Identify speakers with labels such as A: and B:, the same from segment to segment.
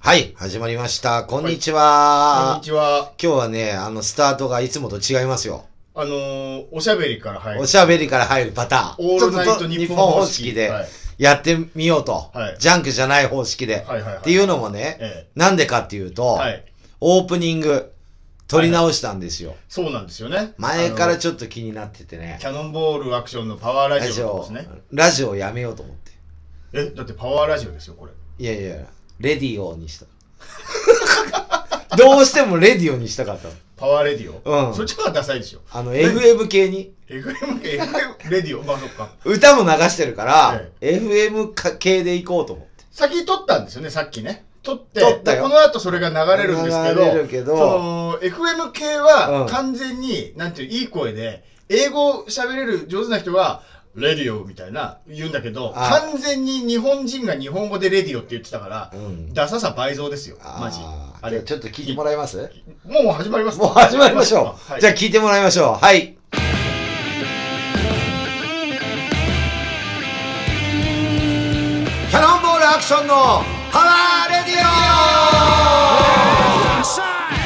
A: はい、始まりました。こんにちは。
B: こんにちは。
A: 今日はね、あの、スタートがいつもと違いますよ。
B: あのー、おしゃべりから入
A: お
B: る。
A: しゃべりから入るパターン。
B: オールナイト日本方式
A: で
B: はい
A: やってみようと。
B: はい
A: ジャンクじゃない方式で。
B: はいはいはい。
A: っていうのもね、
B: え
A: なんでかっていうと、
B: えはい。
A: オープニング、撮り直したんですよ。
B: そうなんですよね。
A: 前から
B: あ
A: ちょっと気になっててね
B: の。キャノンボールアクションのパワーラジオですね。
A: ラジオやめようと思って。
B: え、だってパワーラジオですよ、これ。
A: いやいや、レディオに した。どうしてもレディオにしたかったの。
B: パワーレディオ。
A: うん
B: そっちの方がダサいですよ。
A: あの、FM 系に。
B: FM、FM レディオ。まあそっか。
A: 歌も流してるから、
B: え
A: FM か系で行こうと思って。
B: 先撮ったんですよね、さっきね。撮って、
A: 撮ったよ
B: でこの後それが流れるんですけど、
A: 流れるけど
B: その、FM 系
A: うん
B: は完全に、なんていう、いい声で、英語喋れる上手な人は、レディオみたいな言うんだけど、
A: あ
B: 完全に日本人が日本語でレディオって言ってたから、
A: うん。
B: ダサさ倍増ですよ、マジ。
A: あー
B: あ
A: じゃ
B: れ
A: あちょっと聞いてもらえます
B: もう始まります
A: もう始まりましょう。
B: はい
A: じゃあ聞いてもらいましょう。はい。キャノンボールアクションのパワーレディオ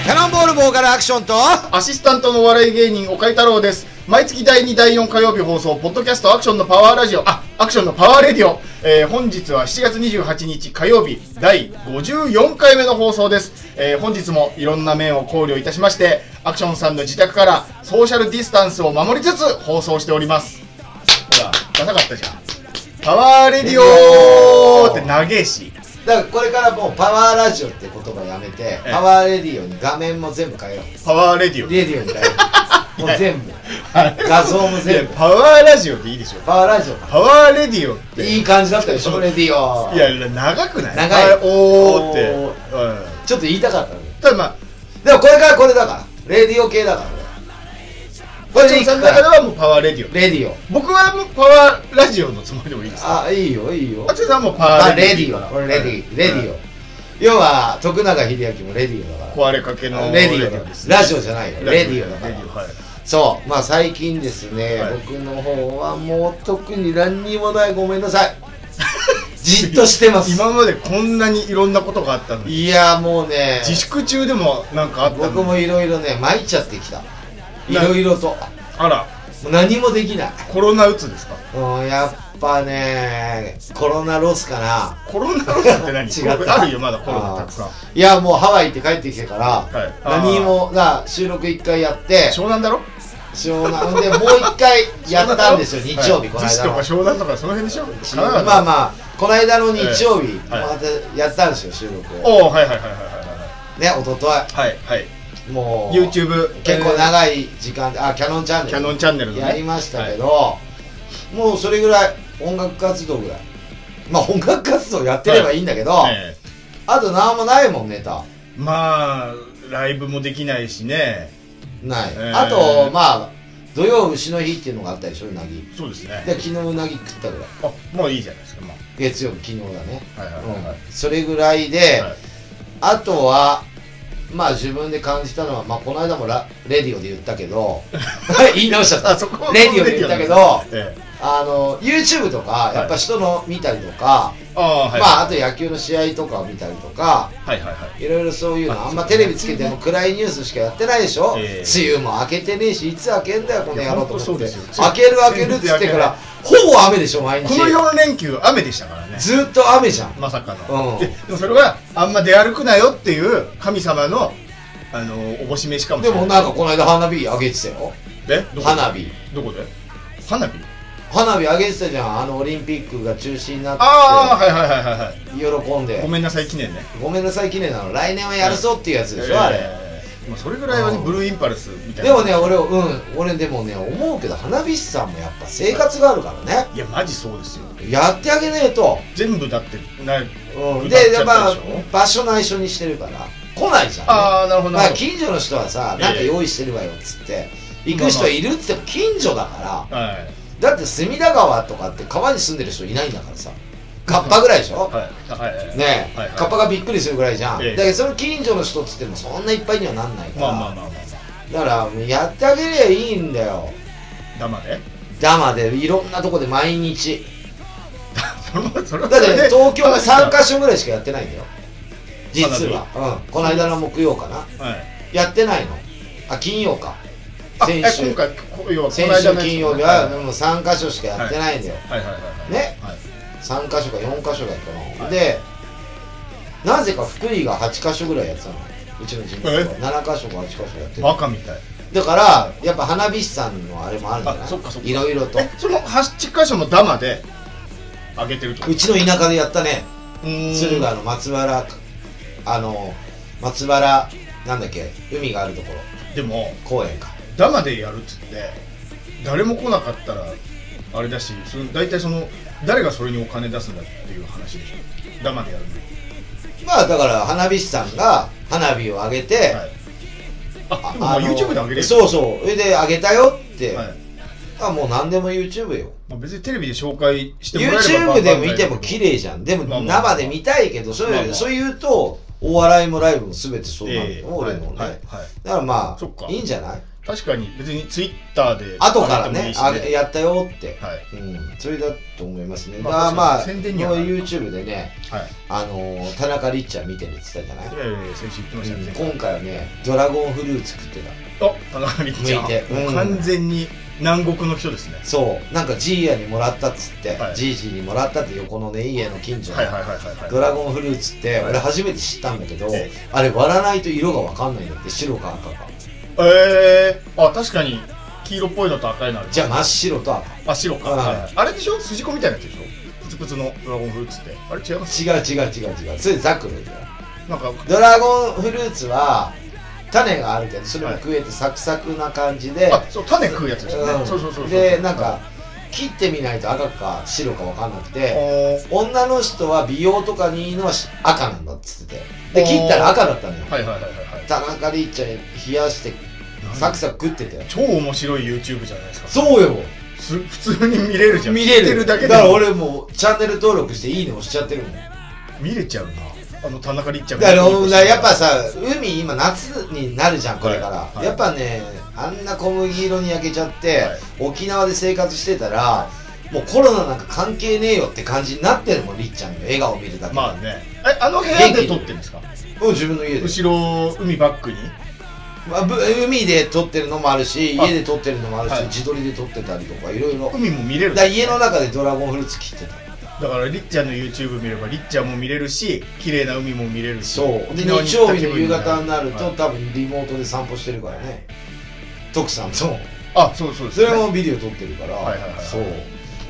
A: キャノンボールボーカルアクションと
B: アシスタントのお笑い芸人、岡井太郎です。毎月第2、第4火曜日放送、ポッドキャストアクションのパワーラジオ、あ、アクションのパワーレディオ。えー本日は7月28日火曜日、第54回目の放送です。えー本日もいろんな面を考慮いたしまして、アクションさんの自宅からソーシャルディスタンスを守りつつ放送しております。ほら、ダサかったじゃん。パワーレディオーって長えし。
A: だからこれからもうパワーラジオって言葉やめて、
B: え
A: パワーレディオに画面も全部変えよう。
B: パワーレディオ。
A: レディオみたいな。もう全部。画
B: 画
A: 像も全部
B: パワーラジオでいいでしょ。
A: パワーラジオか。
B: パワーレディオって。
A: いい感じだったでしょ、レディオ。
B: いや、長くない
A: 長い
B: あれおーって。
A: お
B: うん
A: ちょっと言いたかったね。
B: ただまあ、
A: でもこれからこれだから。レディオ系だから。こ
B: こ
A: れ
B: れ
A: で行
B: さん
A: く
B: の
A: か
B: 中で
A: ら。
B: はもうパワーレディオ。
A: レディオ。
B: 僕はもうパワーラジオのつもりでもいいですか
A: あ、いいよ、いいよ
B: あ。ちさんはもうパワ
A: あ、
B: ーレ
A: レ
B: デ
A: デ
B: ィオ
A: ィオ。これレディ、
B: うん
A: レディオ。要は、徳永英明もレディオだか
B: 壊れかけの
A: ら。レディオだ
B: なん
A: か
B: です
A: ら。ラジオじゃないよ。レディオだか
B: レディオ
A: ら。
B: はい
A: そう。まあ最近ですね、
B: はい
A: 僕の方はもう特に何にもない。ごめんなさい。じっとしてます。
B: 今までこんなにいろんなことがあったのに
A: いや、もうね。
B: 自粛中でもなんかあったのに
A: 僕もいろいろね参っちゃってきたいろいろとも
B: あら
A: う何もできない
B: コロナうつですか
A: うんやっぱねコロナロスかな
B: コロナうつって何
A: 違った
B: あるよまだコロナたくさん
A: いやもうハワイ行って帰ってきてから、
B: はい
A: 何もが収録1回やって
B: 湘南だろ
A: 湘南でもう1回やったんですよ日曜日この
B: 逗子と
A: 間
B: か
A: の
B: 湘南とかその辺でしょ
A: まあまあまあこの間の日曜日
B: ええは
A: またやったんですよ収録を
B: おおはいはいはいはい
A: ね一昨日
B: はいはいはい
A: もう
B: YouTube
A: 結構
B: い
A: 長い時間であキャノンチャンネル
B: キャノンチャンネルのね
A: やりましたけど、もうそれぐらい音楽活動ぐらいまあ音楽活動やってればいいんだけど、
B: はいええ
A: あと何もないもんネタ
B: まあライブもできないしね
A: ない、
B: ええ
A: あとまあ土曜牛の日っていうのがあったでしょうなぎ
B: そうです
A: で
B: ね
A: 昨日うなぎ食ったぐらい
B: あもういいじゃないですかま
A: 月曜日昨日だね、
B: あはいはいはいはい
A: うん、それぐらいで、
B: はい
A: あとはまあ自分で感じたのは、まあ、この間もラレディオで言ったけ ど言い直しちゃった
B: あそこ
A: レディオで言ったけど
B: ええ
A: あの YouTube とかやっぱ人の見たりとか、
B: ああはい
A: まああと野球の試合とかを見たりとか
B: はいはいはい
A: いろいろそういうの
B: あ
A: あんまテレビつけても暗いニュースしかやってないでしょ、
B: ええ
A: 梅雨も明けてねえしいつ明けんだよこの野郎と
B: いや本当そ
A: 思っ
B: う
A: て
B: ですよ
A: 明ける明けるっつってからほぼ雨でしょ毎
B: こ
A: 日
B: の4連休雨でしたからね
A: ずっと雨じゃん
B: まさか
A: うん
B: のででもそれはあんま出歩くなよっていう神様のあのおぼし飯かもし
A: で
B: れな
A: も
B: い
A: なんかこの間花火上げてたよ
B: えどこで
A: 花火
B: どこで花火
A: 花火上げてたじゃんあのオリンピックが中止にな
B: ああ
A: っ
B: はいはいはいはいは
A: て喜ん
B: いご
A: で
B: めんなさい記念ね
A: ごめんなさい記念なの来年はやるぞっていうやつでしょあれ、
B: ええまあそれぐらいはね
A: うん
B: ブルーインパルスみたい
A: で
B: な
A: もね俺うん俺でもね思うけど花火師さんもやっぱ生活があるからね
B: いやマジそうですよ
A: やってあげねえと、
B: 全部だってな
A: うん、
B: なっちゃっ
A: で
B: たでしょ
A: まあ場所内緒にしてるから来ないじゃん、ね、
B: ああなるほど
A: ま
B: な
A: あ
B: るほ
A: 近所の人はさ
B: ええ
A: なんか用意してるわよっつって行く人いるっつっても近所だから
B: どはい
A: だって隅田川とかって川に住んでる人いないんだからさカッパぐらいでしょ
B: はいはいはい
A: ねえ、
B: はいはい
A: カッパがびっくりするぐらいじゃん、
B: ええ
A: だけどその近所の人っつってもそんないっぱいにはなんないから、
B: まあまあまあまあ
A: だ
B: ま
A: からもうやってあげりゃいいんだよ
B: あダマで
A: ダマでいろんなとこで毎日
B: それはそ れ
A: だ
B: は
A: ってね東京が3
B: 回
A: カ所ぐらいしかやってないんだよ実は、うん、この間の木曜かな
B: はい
A: やってないのあ金曜か
B: あえ
A: 先週
B: 今回こ要はこ
A: 先
B: の間
A: 週
B: のやつ
A: 金曜日はでも3箇所しかやってないんだよ、
B: はいはいはいはい
A: ね
B: はい
A: 3箇所か4箇所だったの、
B: はい
A: でなぜか福井が8箇所ぐらいやってたのうちの事務所
B: え
A: は7箇所か8箇所やってる
B: バカみたい
A: だからやっぱ花火師さんのあれもあるんじゃな
B: あそっかそっか
A: いいろいろと
B: えその8箇所のダマで上げてるってこ
A: うちの田舎でやったね
B: とうーん
A: 敦賀の松原あの松原なんだっけ海があるところ
B: でも
A: 公園か
B: ダマでやるっつって誰も来なかったらあれだしその大体その誰がそれにお金出すんだっていう話でしょダマでやるの
A: まあだから花火師さんが花火を上げて、
B: はいあでもまあ
A: の
B: YouTube で上げれる
A: そうそうそれで上げたよって、
B: はい
A: あもう何でも YouTube よ
B: まあ、別にテレビで紹介してもらえれば
A: YouTube で見ても
B: き
A: 綺麗じゃんでも
B: まあまあ
A: 生で見たいけどそう,、
B: まあまあ
A: そう言うとお笑いもライブも全てそうなの、
B: ええ
A: 俺のね、
B: はいはい
A: だからま
B: そっか
A: あいいんじゃない
B: 確かに別にツイッターで
A: 後からね
B: 上げても
A: あ
B: いいし
A: やったよって、
B: はい
A: うん、それだと思いますね、
B: ま
A: ま
B: あ
A: あ、まあまあ
B: 宣伝にはなる
A: YouTube でね
B: はい
A: あのー田中律ちゃん見てるって言ってたじゃない、
B: ええ先週言ってましたね、
A: うん今回はねドラゴンフルーツ食ってた
B: あ田中美ちゃん
A: 向いてうん
B: 完全に南国の人ですね
A: そうなんかジーヤにもらったっつって、
B: はい
A: ジージーにもらったって横のね家の近所の、
B: はいはいはいはいはい
A: ドラゴンフルーツって
B: はい
A: 俺初めて知ったんだけど、
B: ええ
A: あれ割らないと色がわかんないんだって白か赤か
B: ええあ確かに黄色っぽいのと赤いのある
A: じゃあ真っ白と赤
B: あ白か、
A: うん
B: はいあれでしょ筋子みたいなやつでしょプツプツのドラゴンフルーツってあれ違います
A: 違う違う違う違うそれザクロだよ
B: なんか
A: ドラゴンフルーツは種があるけどそれも食えてサクサクな感じで、
B: あそう種食うやつですよね、
A: うん
B: そうそうそうそう
A: でなんか切ってみないと赤か白かわかんなく
B: お
A: て
B: ー
A: 女の人は美容とかにいいのは赤なんだっつっててで切ったら赤だったのよ
B: はいはいはいはいはい
A: 田中りっちゃん冷やしてサクサク食ってたよ
B: 超面白い YouTube じゃないですか
A: そうよ
B: す普通に見れるじゃん
A: 見れ
B: 知って
A: る
B: るだけで
A: から俺もうチャンネル登録していいね押しちゃってるもんだ
B: 見れちゃうなあの田中りっちゃん
A: からお前やっぱさ海今夏になるじゃんこれから、
B: はいはい
A: やっぱねあんな小麦色に焼けちゃって、
B: はい
A: 沖縄で生活してたらもうコロナなんか関係ねえよって感じになってるもんりっちゃんの笑顔見るだけで、
B: まあねえあの部屋で撮ってるんですか
A: もう自分の家で、
B: 後ろ海バックに
A: まあ、ぶ海で撮ってるのもあるし
B: あ
A: 家で撮ってるのもあるし、
B: はい
A: 自撮りで撮ってたりとかいろいろ
B: 海も見れる
A: だから
B: んですね
A: 家の中でドラゴンフルーツ切ってた
B: だからりっちゃんの YouTube 見ればりっちゃんも見れるし綺麗な海も見れるし
A: そうで
B: 沖縄に
A: 日曜日の
B: 行った気分に
A: 夕
B: なる
A: 方になると、
B: はい
A: 多分リモートで散歩してるからね徳さんと
B: あそうそうです
A: そ
B: ね
A: れもビデオ撮ってるから、
B: はいはいはい
A: そう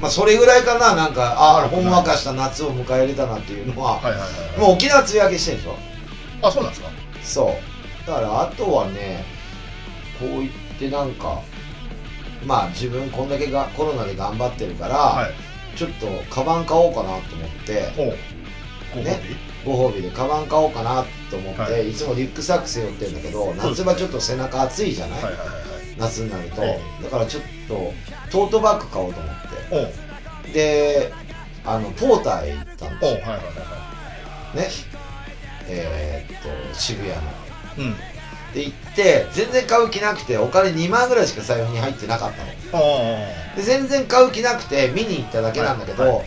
A: まあそれぐらいかななんかあ
B: なる
A: あ
B: ほ
A: ほ
B: ど
A: んわかした夏を迎え入れたなっていうのは、
B: はいはいはいはい
A: もう沖縄梅雨明けしてるでしょ
B: あそうなんですか
A: そうだからあとはねこう言ってなんかまあ自分こんだけがコロナで頑張ってるから、
B: はい
A: ちょっとカバン買おうかなと思って
B: おうご褒美、
A: ねご褒美でカバン買おうかなと思って、、
B: はい
A: つもリュックサック背負ってるんだけど
B: そうです
A: 夏場ちょっと背中暑いじゃない、
B: はいはいはい
A: 夏になると、
B: え
A: だからちょっとトートバッグ買おうと思っ
B: はいおう
A: てであのポーターへ行ったんで
B: お
A: すよ
B: うはいはいはいは
A: ねえーっと渋谷の
B: いうん
A: で行って全然買う気なくてお金2万ぐらいしか財布に入ってなかったの
B: ああ
A: で全然買う気なくて見に行っただけなんだけど、
B: はい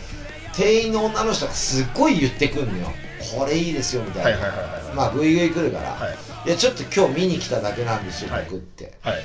A: 店員の女の人がすっごい言ってくんのよこれいいですよみたいな、
B: はいはいはいはいはい
A: まあグイグイ来るから、
B: はい
A: いやちょっと今日見に来ただけなんですよ、
B: はい
A: 僕ってって
B: はい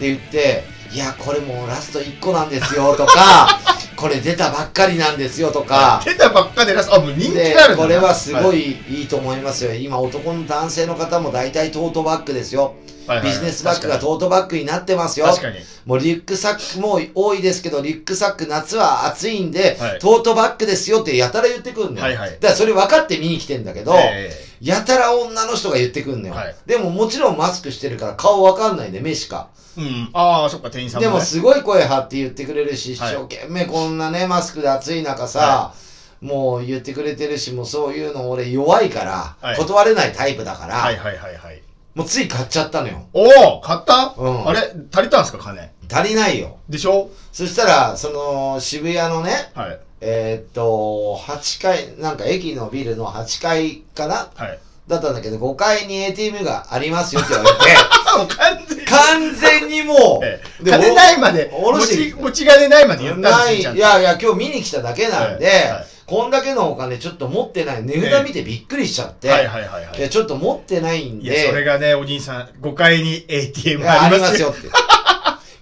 A: 言っていやこれもうラスト1個なんですよと かこれ出たばっかりなんですよとか
B: 出たばっかで出すあもう人気
A: で
B: があるんだ
A: こ
B: な
A: れはすご
B: い、
A: いいいと思いますよ今男の男性の方も大体トートバッグですよ
B: はいはい
A: ビ
B: はい
A: ジネスバッグがトートバッグになってますよ
B: 確かに
A: もうリュックサックも多いですけどリュックサック夏は暑いんで、
B: はい
A: トートバッグですよってやたら言ってくんのよ、
B: はいはい
A: だからそれ分かって見に来てんだけど、
B: え
A: やたら女の人が言ってくんのよ、
B: はい
A: でももちろんマスクしてるから顔わかんないんで目しか
B: えうんああそっか店員さんも、
A: で
B: ね、
A: もすごい声張って言ってくれるし、一
B: はい
A: 生懸命こんなね、マスクで暑い中さ、もう言ってくれてるし、もうそういうの俺弱いから、
B: はい
A: 断れないタイプだから、
B: はいはいはいはい
A: もうつい買っちゃったのよ。
B: おお買った、
A: うん
B: あれ足りたんですか金
A: 足りないよ。
B: でしょ
A: そしたら、その、渋谷のね、
B: はい
A: えーっと、8階、なんか駅のビルの8階かな
B: はい
A: だったんだけど、5階に ATM がありますよって言われて、
B: あもう完全 に
A: 完全にもう、
B: ええ
A: で
B: 金ないまで
A: おろ
B: 持
A: して
B: ち持ち金ないまで言った ん
A: な
B: で
A: い、いや
B: すよちゃん
A: い
B: と
A: や、今日見に来ただけなんで、
B: はいはい
A: こんだけのお金ちょっと持ってない。値札見てびっくりしちゃって。
B: はいはいはいはい
A: いや、ちょっと持ってないん
B: いや、それ
A: で、
B: がね、おじいさん、5階に ATM
A: いやあ
B: あ
A: り
B: り
A: ま
B: ます
A: すよ
B: よ。
A: って。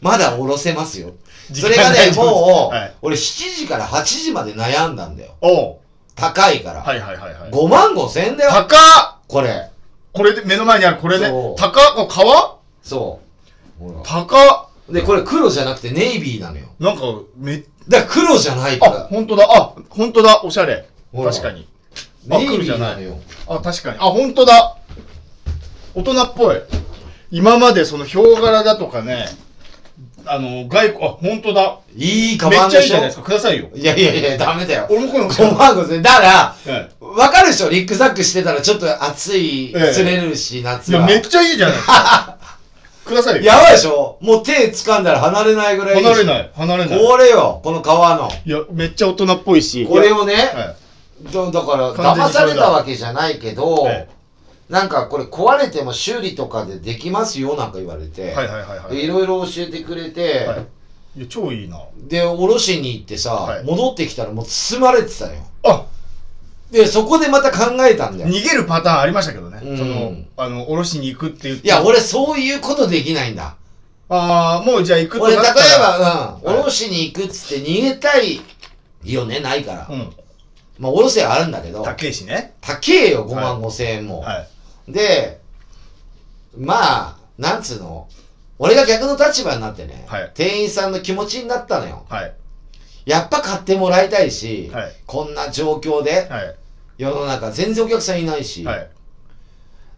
A: まだ下ろせますよ。
B: 時
A: そ
B: 間
A: れが
B: 大
A: ね、
B: 丈夫
A: もう、
B: はい
A: 俺7時から8時まで悩んだんだよ。
B: おう
A: 高いから。
B: はいはいはいはい。
A: 5万5千だよ、
B: 高っ
A: これ。
B: これで、目の前にあるこれね。
A: そう
B: 高っこれ革
A: そう。ほら
B: 高っ
A: で、これ黒じゃなくてネイビーなのよ。
B: なんか、め、
A: だから黒じゃないか
B: あ
A: ら、。
B: ほんとだ、あ、ほんとだ、おしゃれ。
A: ほら
B: 確かに。あ
A: ネイビーなのよ。
B: あ、確かに。あ、ほんとだ。大人っぽい。今までその、ヒョウ柄だとかね、あの、外交、あ、ほんとだ。
A: いいカ
B: め
A: バ
B: っ
A: ン
B: ちゃ
A: で
B: いい
A: し
B: じ
A: ょ
B: ゃないですか。くださいよ。
A: いやいやいや、ダメだよ。
B: 俺もこういうの欲しい
A: 5万5千だから、
B: ええ
A: わかるでしょリュックサックしてたらちょっと暑い、
B: ええ
A: 釣れるし、
B: い
A: 夏
B: や、
A: は。
B: めっちゃいいじゃないですか。くださいよ。
A: やばいでしょもう手掴んだら離れないぐらいいい
B: 離れ
A: い。
B: ない、離れない。
A: これよ、この皮の。
B: いや、めっちゃ大人っぽいし。
A: これをね、
B: いやはい
A: だだから、
B: 完全
A: 騙
B: にそ
A: さ
B: れだ
A: れたわけじゃないけど、
B: え
A: なんかこれ壊れても修理とかでできますよなんか言われて、
B: はいはいはいはい。
A: でいろいろ教えてくれて、
B: はい。いや、超いいな。
A: で、おろしに行ってさ、
B: はい
A: 戻ってきたらもう包まれてたよ。
B: あ、
A: で、そこでまた考えたんだよ。い
B: 逃げるパターンありましたけどね。
A: うん
B: その、あの、おろしに行くって言って。
A: や、俺そういうことできないんだ。
B: ああ、もうじゃあ行くと
A: 俺、
B: な
A: 例
B: っ
A: え
B: たら。
A: ば、うん、おろしに行くっつって逃げたいよね、ないから。
B: うん。
A: まあ、おろせはあるんだけど、
B: 高いしね。
A: 高えよ、5万5千円も。
B: はい。
A: で、まあ、なんつうの、俺が逆の立場になってね、
B: はい
A: 店員さんの気持ちになったのよ。
B: はい。
A: やっぱ買ってもらいたいし、
B: はい
A: こんな状況で、
B: はい。
A: 世の中全然お客さんいないし、
B: はい。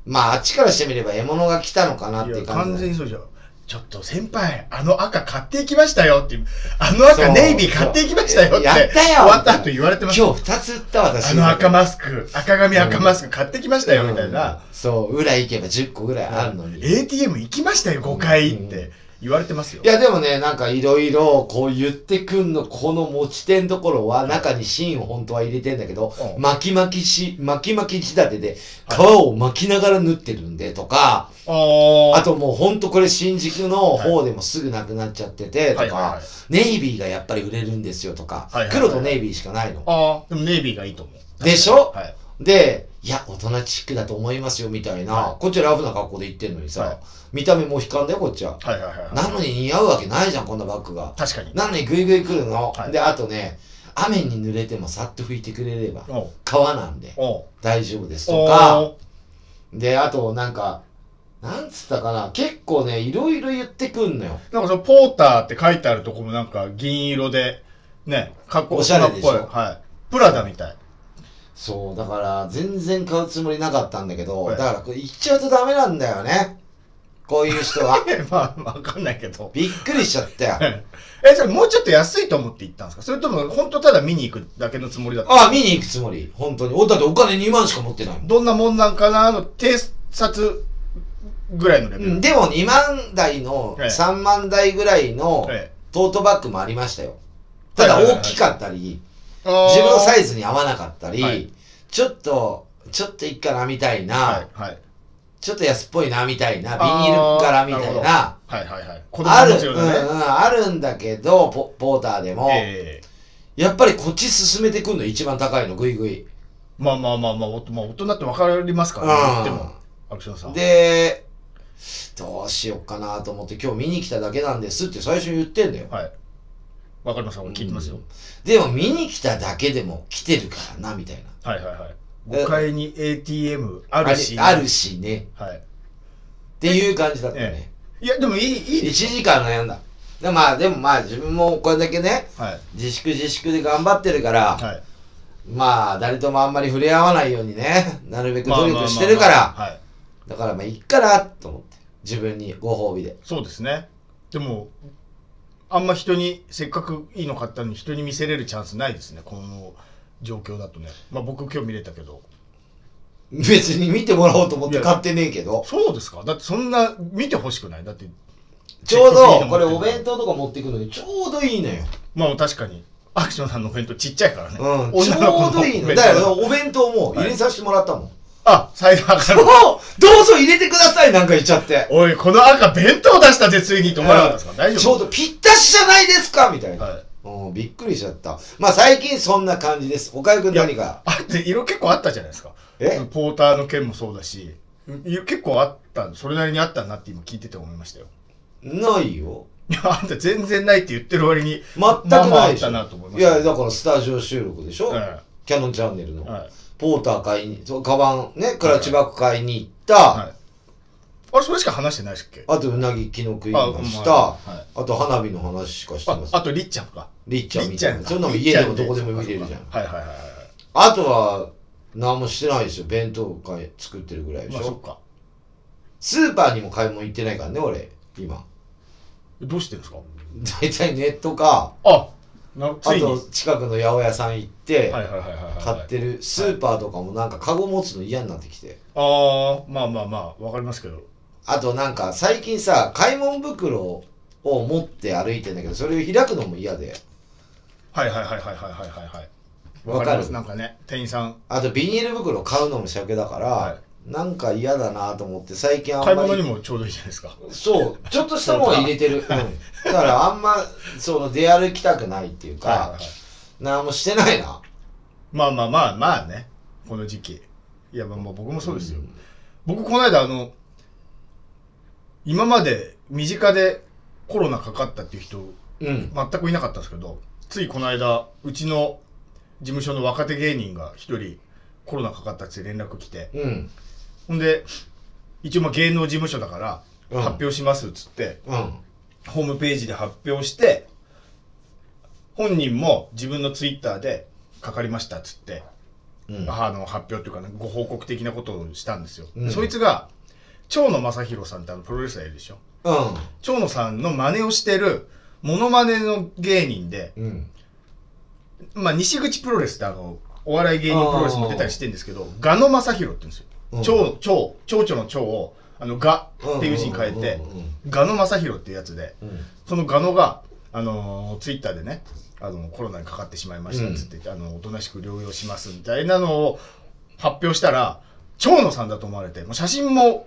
A: まあ、あっちからしてみれば獲物が来たのかなっ
B: い
A: ていう
B: や、
A: 感
B: 完
A: じで。
B: 全にそうじゃん。ちょっと先輩、あの赤買っていきましたよっていう、あの赤ネイビー買っていきましたよって、
A: やったよ
B: 終わった後言われてます。
A: 今日2つ売った私。
B: あの赤マスク、赤髪赤マスク買ってきましたよみたい
A: う
B: な。
A: んそう、裏行けば10個ぐらいあるのに。い
B: ATM 行きましたよ5回って言われてますよ、
A: や、でもね、なんかいろいろこう言ってくんの、この持ち手のところは中に芯を本当は入れてんだけど
B: う、ん
A: 巻き巻きし、巻き巻き仕立てで皮を巻きながら縫ってるんでとか、
B: あ
A: あともうほんとこれ新宿の方でもすぐなくなっちゃっててと
B: はいはいは
A: か
B: い、
A: ネイビーがやっぱり売れるんですよとか
B: はいはい、はい
A: 黒とネイビーしかないの。
B: あでもネイビーがいいと思う
A: でしょ
B: はい
A: で、いや、大人チックだと思いますよ、みたいな。
B: は
A: こっちはラフな格好で行ってんのにさ、
B: はい
A: 見た目もう悲観だよ、こっちは。
B: はいはいはい
A: なのに似合うわけないじゃん、こんなバッグが。
B: 確かに
A: なのにグイグイ来るの。
B: はい
A: で、あとね、雨に濡れてもさっと拭いてくれれば、
B: おう
A: 川なんで
B: おう
A: 大丈夫ですと
B: お
A: か、
B: う
A: で、あとなんか、なんつったかな、結構ね、いろいろ言ってくんのよ。
B: なんかそのポーターって書いてあるとこもなんか銀色でねかっこ
A: おしゃれでしょ
B: 大人っぽいはいプラダみたい
A: そう、だから、全然買うつもりなかったんだけど、
B: はい。
A: だから、これ言っちゃうとダメなんだよね。こういう人は
B: えまあわかんないけど
A: びっくりしちゃったよ。
B: えじゃあもうちょっと安いと思って行ったんですかそれとも本当ただ見に行くだけのつもりだった
A: ああ、見に行くつもり。本当に。おだってお金2万しか持ってないもん。
B: どんなもんなんかなの偵察ぐらいのレベル、
A: うん、でも2万台の、
B: ええ
A: 3万台ぐらいの
B: ええ
A: トートバッグもありましたよ。ただ
B: はいはいはい
A: 大きかったり、
B: あー
A: 自分のサイズに合わなかったり、
B: はい
A: ちょっと、ちょっといっかなみたいな、
B: はいはい
A: ちょっと安っぽいなみたいな、ビニールからみたいな、
B: はいはいはい。子供
A: ある、
B: 持つ
A: う
B: よ
A: ん
B: う
A: う
B: なね。
A: ん、あるんだけど、ポポーターでも、
B: ええ
A: やっぱりこっち進めてくんの、一番高いの、ぐいぐい。
B: まあまあまあまあ、おまあ、大人って分かりますからね。でも、アクションさん。
A: で、どうしよっかなと思って今日見に来ただけなんですって最初に言ってんだよ。
B: はい。分かりますか俺聞いてますよ。
A: でも見に来ただけでも来てるからな、みたいな。
B: はいはいはい。
A: で
B: 5階に ATM あるし。
A: あるしね。
B: はい。
A: っていう感じだった
B: え
A: ね。
B: え。いや、でもいい、いい
A: 1
B: です。
A: 時間悩んだ。でまあでもまあ自分もこれだけね、
B: はい。
A: 自粛自粛で頑張ってるから、
B: はい。
A: まあ誰ともあんまり触れ合わないようにね、なるべく努力してるか
B: まあまあ
A: ら、
B: まあはい。
A: だからまあいっかなと思って。自分にご褒美で。
B: そうですね。でも、あんま人に、せっかくいいの買ったのに人に見せれるチャンスないですね。この状況だとね。まあ僕今日見れたけど。
A: 別に見てもらおうと思って買ってねえけど。
B: そうですかだってそんな見てほしくないだって
A: ちょう
B: せっか
A: ど、
B: くいいの持ってる
A: これお弁当とか持ってくのにちょうどいいのよ。
B: まあ確かにアクションさんのお弁当ちっちゃいからね、
A: うん、ち
B: 女の子
A: ょ
B: の
A: うどいいの。
B: お弁
A: だ
B: 当
A: からお弁当も入れさせてもらったもん。
B: あサイダーから
A: おどうぞ入れてくださいなんか言っちゃって。
B: おいこの赤弁当出したぜついにと思わなかったですか
A: ち
B: 大
A: ょ
B: 丈
A: うどぴったしじゃないですかみたい
B: 夫
A: な。
B: はい
A: うん、びっくりしちゃった。まあ最近そんな感じです。岡井くん何か。
B: あって色結構あったじゃないですか
A: え
B: ポーターの件もそうだしい結構あったそれなりにあったなって今聞いてて思いましたよ
A: ないよ。
B: いやあんた全然ないって言ってる割に
A: 全くないでしょ。
B: まあまああったなと思いま
A: い
B: した
A: や、だからスタジオ収録でしょ、
B: は
A: キャノンチャンネルの。
B: いはい
A: ポーター買いに、そうカバンね、クラッチバッグ買いに行った。
B: はいあれそれしか話してないでしたっけ
A: あと、うなぎきの食い
B: あ
A: ました
B: は。いはい
A: あと、花火の話しかして
B: あ
A: ます。
B: あとりっちゃんか
A: りっちゃん
B: りっ
A: み
B: ち
A: たい
B: ゃん
A: な。
B: か
A: そんなもん家でもどこでも見れるじゃん。
B: はいはいはいは
A: あとは、何もしてないですよ。弁当買い作ってるぐらい
B: い
A: でし
B: まあそっ
A: ょ。
B: か
A: スーパーにも買い物行ってないからね、俺、今。
B: どうしてるんですか
A: 大体ネットか、
B: あな
A: あ
B: ついに
A: と近くの八百屋さん行って、
B: はいはいはいはいはい
A: 買ってる。スーパーとかもなんかカゴ持つの嫌になってきて。
B: ああまあまあまあわかりますけど
A: あとなんか最近さ、買い物袋を持って歩いてんだけど、それを開くのも嫌で。
B: はいはいはいはいはいはいはいはい
A: わかる
B: わかりますなんかね店員さん
A: あとビニール袋買うのも鮭だから、
B: は
A: なんか嫌だなと思って最近あ
B: 買い
A: んま
B: 物に
A: り
B: もちょうどいいじゃないですか
A: そうちょっとしたものは入れてる、うん、だからあんまその出歩きたくないっていうか、
B: はいはいはい
A: 何もしてないな
B: まあまあまあまあねこの時期いやまあまあ僕もそうですよ、
A: ん
B: 僕この間あの今まで身近でコロナかかったっていう人
A: うん
B: 全くいなかったんですけどついこの間うちの事務所の若手芸人が一人コロナかかったって連絡来て
A: うん
B: ほんで一応まあ芸能事務所だから
A: うん
B: 発表しますっつって、
A: うん
B: ホームページで発表して本人も自分のツイッターでかかりましたっつって
A: うん
B: 母の発表というか、ね、ご報告的なことをしたんですよ、
A: うん
B: そいつが蝶野正宏さんってあのプロレスラーいるでしょ
A: う
B: 蝶野さんの真似をしてるモノマネの芸人で、
A: んうん
B: まあ、西口プロレスってあのお笑い芸人プロレスも出たりしてるんですけど賀野正宏って言うんですよ、
A: うん
B: 蝶蝶蝶々の蝶をあの賀っていう字に変えて
A: うんうん
B: 賀野正宏っていうやつで
A: うんうん
B: そのガノが、あのーツイッターでね、あのコロナにかかってしまいましたっつって言って、あのおとなしく療養しますみたいなのを発表したら、蝶野さんだと思われて、もう写真も、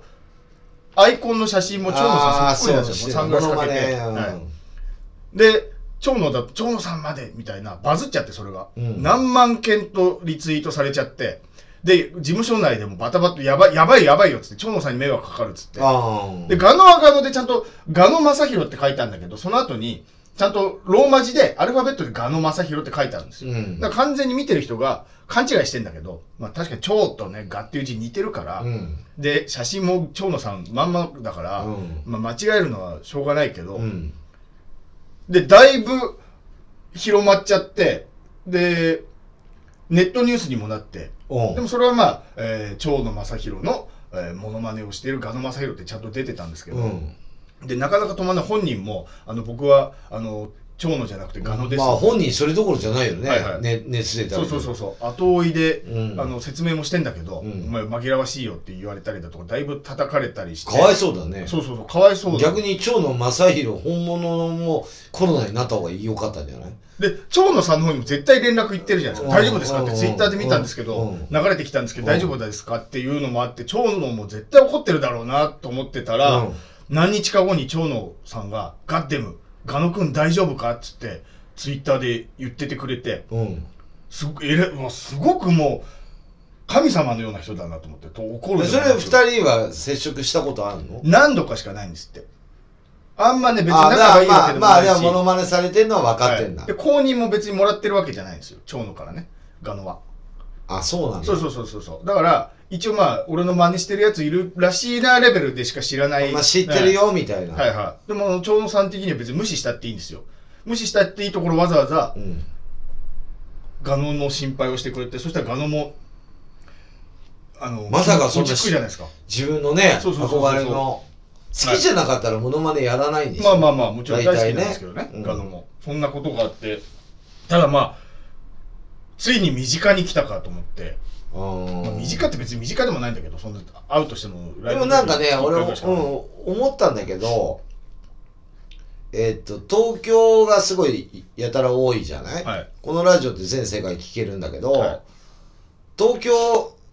B: アイコンの写真も蝶野さんそっくりなんですよ。
A: あ
B: サ
A: ー
B: ングラスかけ
A: して
B: て。
A: る
B: はいで、蝶野だ、蝶野さんまでみたいな、バズっちゃって、それが、
A: うん
B: 何万件とリツイートされちゃって、で、事務所内でもバタバタ、やばい、やばい、やばいよっつって、蝶野さんに迷惑かかるっつって。
A: あー
B: で、ガノはガノでちゃんと、ガノマサヒロって書いたんだけど、その後に、ちゃんとローマ字で、アルファベットでガノマサヒロって書いてあるんですよ。
A: うん
B: だから完全に見てる人が勘違いしてんだけど、まあ確かに蝶とね、ガっていう字似てるから、
A: うん
B: で、写真も蝶野さんまんまだから、
A: うん
B: まあ間違えるのはしょうがないけど、
A: うん
B: で、だいぶ広まっちゃって、で、ネットニュースにもなって、
A: お
B: でもそれはまあ、えー、蝶野正宏の、えー、モノマネをしているガノマサヒロってちゃんと出てたんですけど、
A: うん
B: でなかなか止まらない本人もあの僕はあの長野じゃなくてガノです、
A: まあ本人それどころじゃないよね、
B: はいはい
A: ね熱で
B: そうそうそううそう後追いで、
A: うん
B: あの説明もしてんだけど、
A: うん
B: お前紛らわしいよって言われたりだとかだいぶ叩かれたりして
A: かわいそうだね
B: そうそうそうかわいそうだ
A: 逆に蝶野正宏本物もコロナになった方が良かったんじゃない
B: で長野さんの方にも絶対連絡行ってるじゃないですか
A: うん
B: 大丈夫ですかって
A: うん
B: ツイッターで見たんですけ
A: う
B: ど
A: ん
B: 流れてきたんですけど
A: うん
B: 大丈夫ですかっていうのもあって長野も絶対怒ってるだろうなと思ってたら、
A: うん
B: 何日か後に長野さんが「ガッデムガノ君大丈夫か?」っつってツイッターで言っててくれて
A: うん
B: すごくえれもうすごくもう神様のような人だなと思ってと怒る
A: で
B: よう
A: そ
B: な
A: れ二人は接触したことあるの
B: 何度かしかないんですってあんまね別に
A: あ
B: 仲がいいわ
A: まあ
B: けでも
A: まあ
B: ない
A: でも
B: し
A: モノマネされてるのは分かっ
B: は
A: てんだ、
B: いで公認も別にもらってるわけじゃないんですよ長野からねガノは
A: あそうなんだ
B: そうそうそうそうそうだから一応まあ俺の真似してるやついるらしいなレベルでしか知らない
A: まあ知ってるよみたいな、
B: はいはいはいでも長野さん的には別に無視したっていいんですよ無視したっていいところわざわざ
A: うん、
B: ガノの心配をしてくれてそしたらガノもあの
A: まさかそんな
B: 落ち着くじゃないですか
A: 自分のね
B: そうそうそうそう
A: 憧れの好きじゃなかったらモノマネやらないんでし
B: ま
A: ょ、
B: あまあまあもちろん大好きなんですけどね
A: 大体ねうん
B: ガノもそんなことがあってただまあついに身近に来たかと思って、
A: うん
B: まあ、身近って別に身近でもないんだけどそんな会うとしても
A: でもなんかね
B: ライブ
A: 俺、
B: の
A: う
B: 時に一回ぐらいしか会わない
A: ん、思ったんだけどえっと東京がすごいやたら多いじゃない、
B: はい
A: このラジオって全世界聞けるんだけど、
B: はい
A: 東京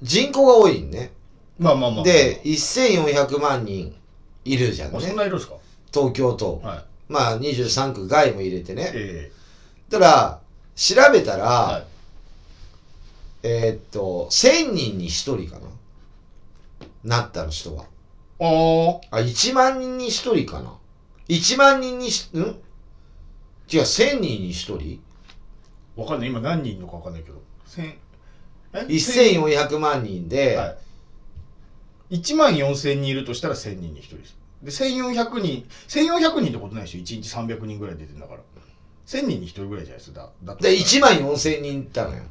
A: 人口が多いんね
B: まあまあまあ
A: で1400万人いるじゃん
B: あ
A: ね
B: そんな色ですか
A: 東京都、
B: はい
A: まあ23区外も入れてね
B: え
A: たら、調べたら、
B: はい
A: えーっと、1000人に1人かな。なったの人は。
B: おー
A: あ、1万人に1人かな。1万人にし、ん違う、1000人に1人
B: わかんない今何人いんのかわかんないけど千え
A: ?1400 万人で、
B: はい、1万4000人いるとしたら1000人に1人ですで1400人1400人ってことないでしょ1日300人ぐらい出てんだから1000人に1人ぐらいじゃないですかだだとしたら
A: で、1万4000人いったのよ。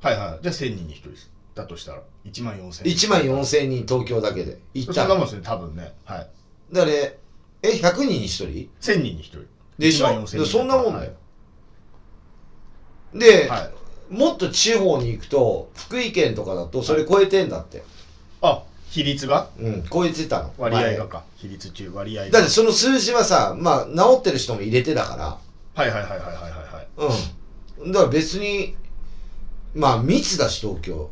B: はいはいじゃあ1000人に1人ですだとしたら1万4000
A: 1万4000人東京だけで行
B: そ
A: っ
B: ん
A: た
B: な
A: の。
B: もんですね多分ねはい
A: だからね、え、100人に1人
B: 1000人に1人
A: でし
B: 1
A: ょ
B: 万4000人
A: そんなもんだよ。で、
B: はい
A: もっと地方に行くと、福井県とかだとそれ超えてんだって。
B: あ比率が
A: うん、超えてたの。
B: 割合
A: 前
B: がか比率中割合が
A: だってその数字はさ、まあ、治ってる人も入れてだか
B: はいはいはいはいはいはいはい
A: ら。うん。だから別に、まあ密だし、東京。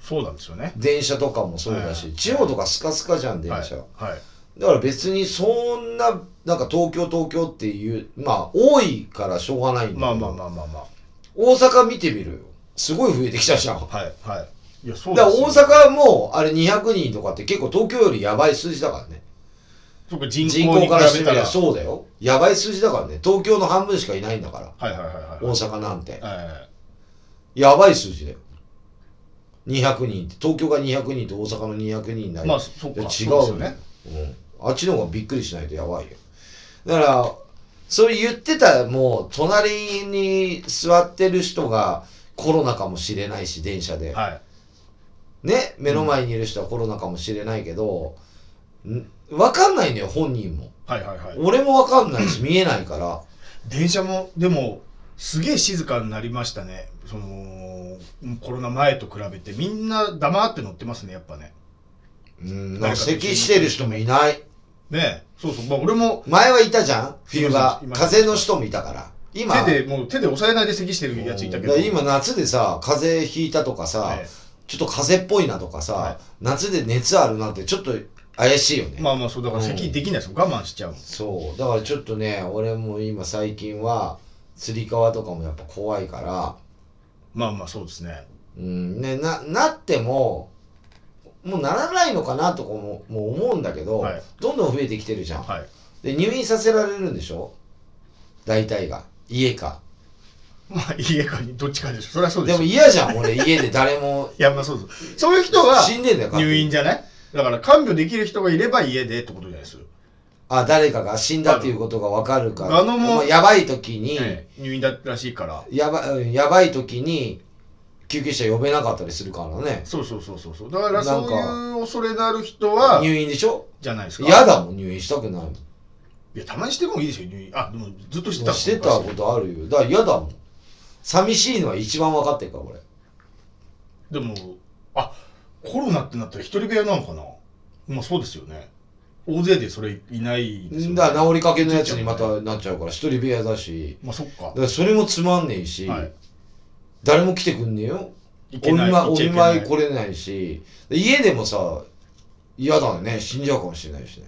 B: そうなんですよね
A: 電車とかもそうだし、
B: はい
A: 地方とかスカスカじゃん、電車。
B: はい、はい
A: だから別にそんな、なんか東京東京っていう、まあ多いからしょうがないんだけど
B: まあまあまあまあま
A: 大阪見てみるよ。すごい増えてきたじゃん。だか
B: あはいはいいやそう
A: ら
B: よ
A: 大阪はもう、あれ200人とかって結構東京よりやばい数字だからね。
B: そうか人口
A: 人口
B: に比
A: からして
B: べ
A: み
B: た
A: り
B: ら
A: ゃそうだよ。やばい数字だからね。東京の半分しかいないんだから。
B: はいはいはいはい
A: 大阪なんて。
B: え
A: やばい数字だよ。200人って、東京が200人と大阪の200人にな
B: え
A: り
B: まあそっか
A: いや違う
B: そ
A: よ
B: うですよね
A: うん、あっちの方がびっくりしないとやばいよだからそれ言ってたらもう隣に座ってる人がコロナかもしれないし電車で、
B: はい
A: ね目の前にいる人はコロナかもしれないけど、ん、分かんないのよ本人も
B: はいはいはい
A: 俺も分かんないし見えないから
B: 電車もでもすげえ静かになりましたねそのコロナ前と比べてみんな黙って乗ってますねやっぱね
A: うんなんか咳してる人もいない
B: ねえそうそう、まあ、俺も
A: 前はいたじゃん冬場
B: いました
A: 風邪の人もいたから今
B: 手でもう手で押さえないで咳してるやついたけど
A: うんだから今夏でさ風邪ひいたとかさ、
B: え
A: ちょっと風邪っぽいなとかさ、
B: はい
A: 夏で熱あるなってちょっと怪しいよね、
B: えまあまあそうだから咳できないですよ我慢しちゃうもん
A: そうだからちょっとね俺も今最近はつり革とかもやっぱ怖いから
B: まあまあそうですね
A: うんねななってももうならないのかなとかももう思うんだけど、
B: はい
A: どんどん増えてきてるじゃん、
B: はい
A: で入院させられるんでしょ大体が家か
B: まあ家かにどっちかでしょそれはそう
A: で
B: でしょ
A: も嫌じゃん俺家で誰も
B: いやまあそうそうそういう人は
A: 死んでんだよ勝手
B: 入
A: に
B: 院じゃないだから看病できる人がいれば家でってことじゃないです
A: あ誰かが死んだっていうことが分かるから
B: あのもう
A: うやばい時に、
B: ええ入院だったらしいから
A: やばうんやばい時に救急車呼べなかったりするからね
B: そうそうそうそうそうだから
A: な
B: そ
A: んか
B: ういう恐れのある人は
A: 入院でしょ
B: じゃないですか
A: 嫌だもん入院したくないもん
B: いやたまにしてもいいですよ入院あでもずっとしてた
A: してたことあるよだから嫌だもん寂しいのは一番分かってるから俺
B: でもあコロナってなったら一人部屋なのかなまあそうですよね大勢でそれいないですよね
A: だから治りかけのやつにまたなっちゃうから一人部屋だし
B: まあそっか
A: だからそれもつまんねえし、
B: はい
A: 誰も来てくんねえよ
B: い
A: お見舞いお見舞い
B: い
A: 来れないしで家でもさ嫌だね死んじゃうかもしれないしね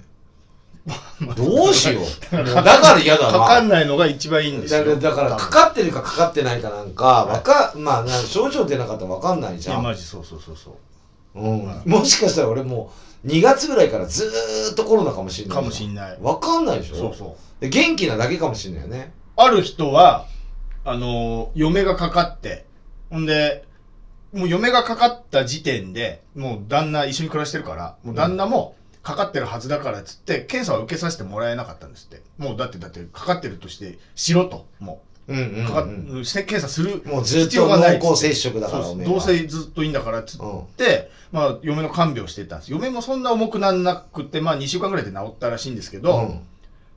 A: どうしようもうだから嫌だ な
B: かかんないのが一番いいんです
A: だ
B: よ
A: からだから
B: 多分
A: かかってるかかかってないかなんかわか、まあなんか症状出なかったらわかんない
B: い
A: じゃ
B: や
A: ん、
B: マジそうそうそうそ
A: うん、もしかしたら俺もう2月ぐらいからずーっとコロナかもしん
B: う
A: ない
B: かもしんない
A: わかんないでしょ
B: そうそう
A: で元気なだけかもしんないよね
B: ある人は、あの、嫁がかかって、ほんで、もう嫁がかかった時点で、もう旦那、一緒に暮らしてるから、もう旦那もかかってるはずだからっつって、検査を受けさせてもらえなかったんですって。もうだって、だって、かかってるとして、しろと、も
A: うんうん、
B: う、
A: う
B: かかっ
A: ん、
B: して検査する
A: もうずっ
B: 必要
A: と
B: がないっつって
A: 濃厚接触だから
B: そう
A: おめ
B: です
A: えは
B: どうせずっといいんだからっつっ
A: うん
B: て、まあ、嫁の看病してたんです。嫁もそんな重くなんなくて、まあ、2週間ぐらいで治ったらしいんですけど、
A: うん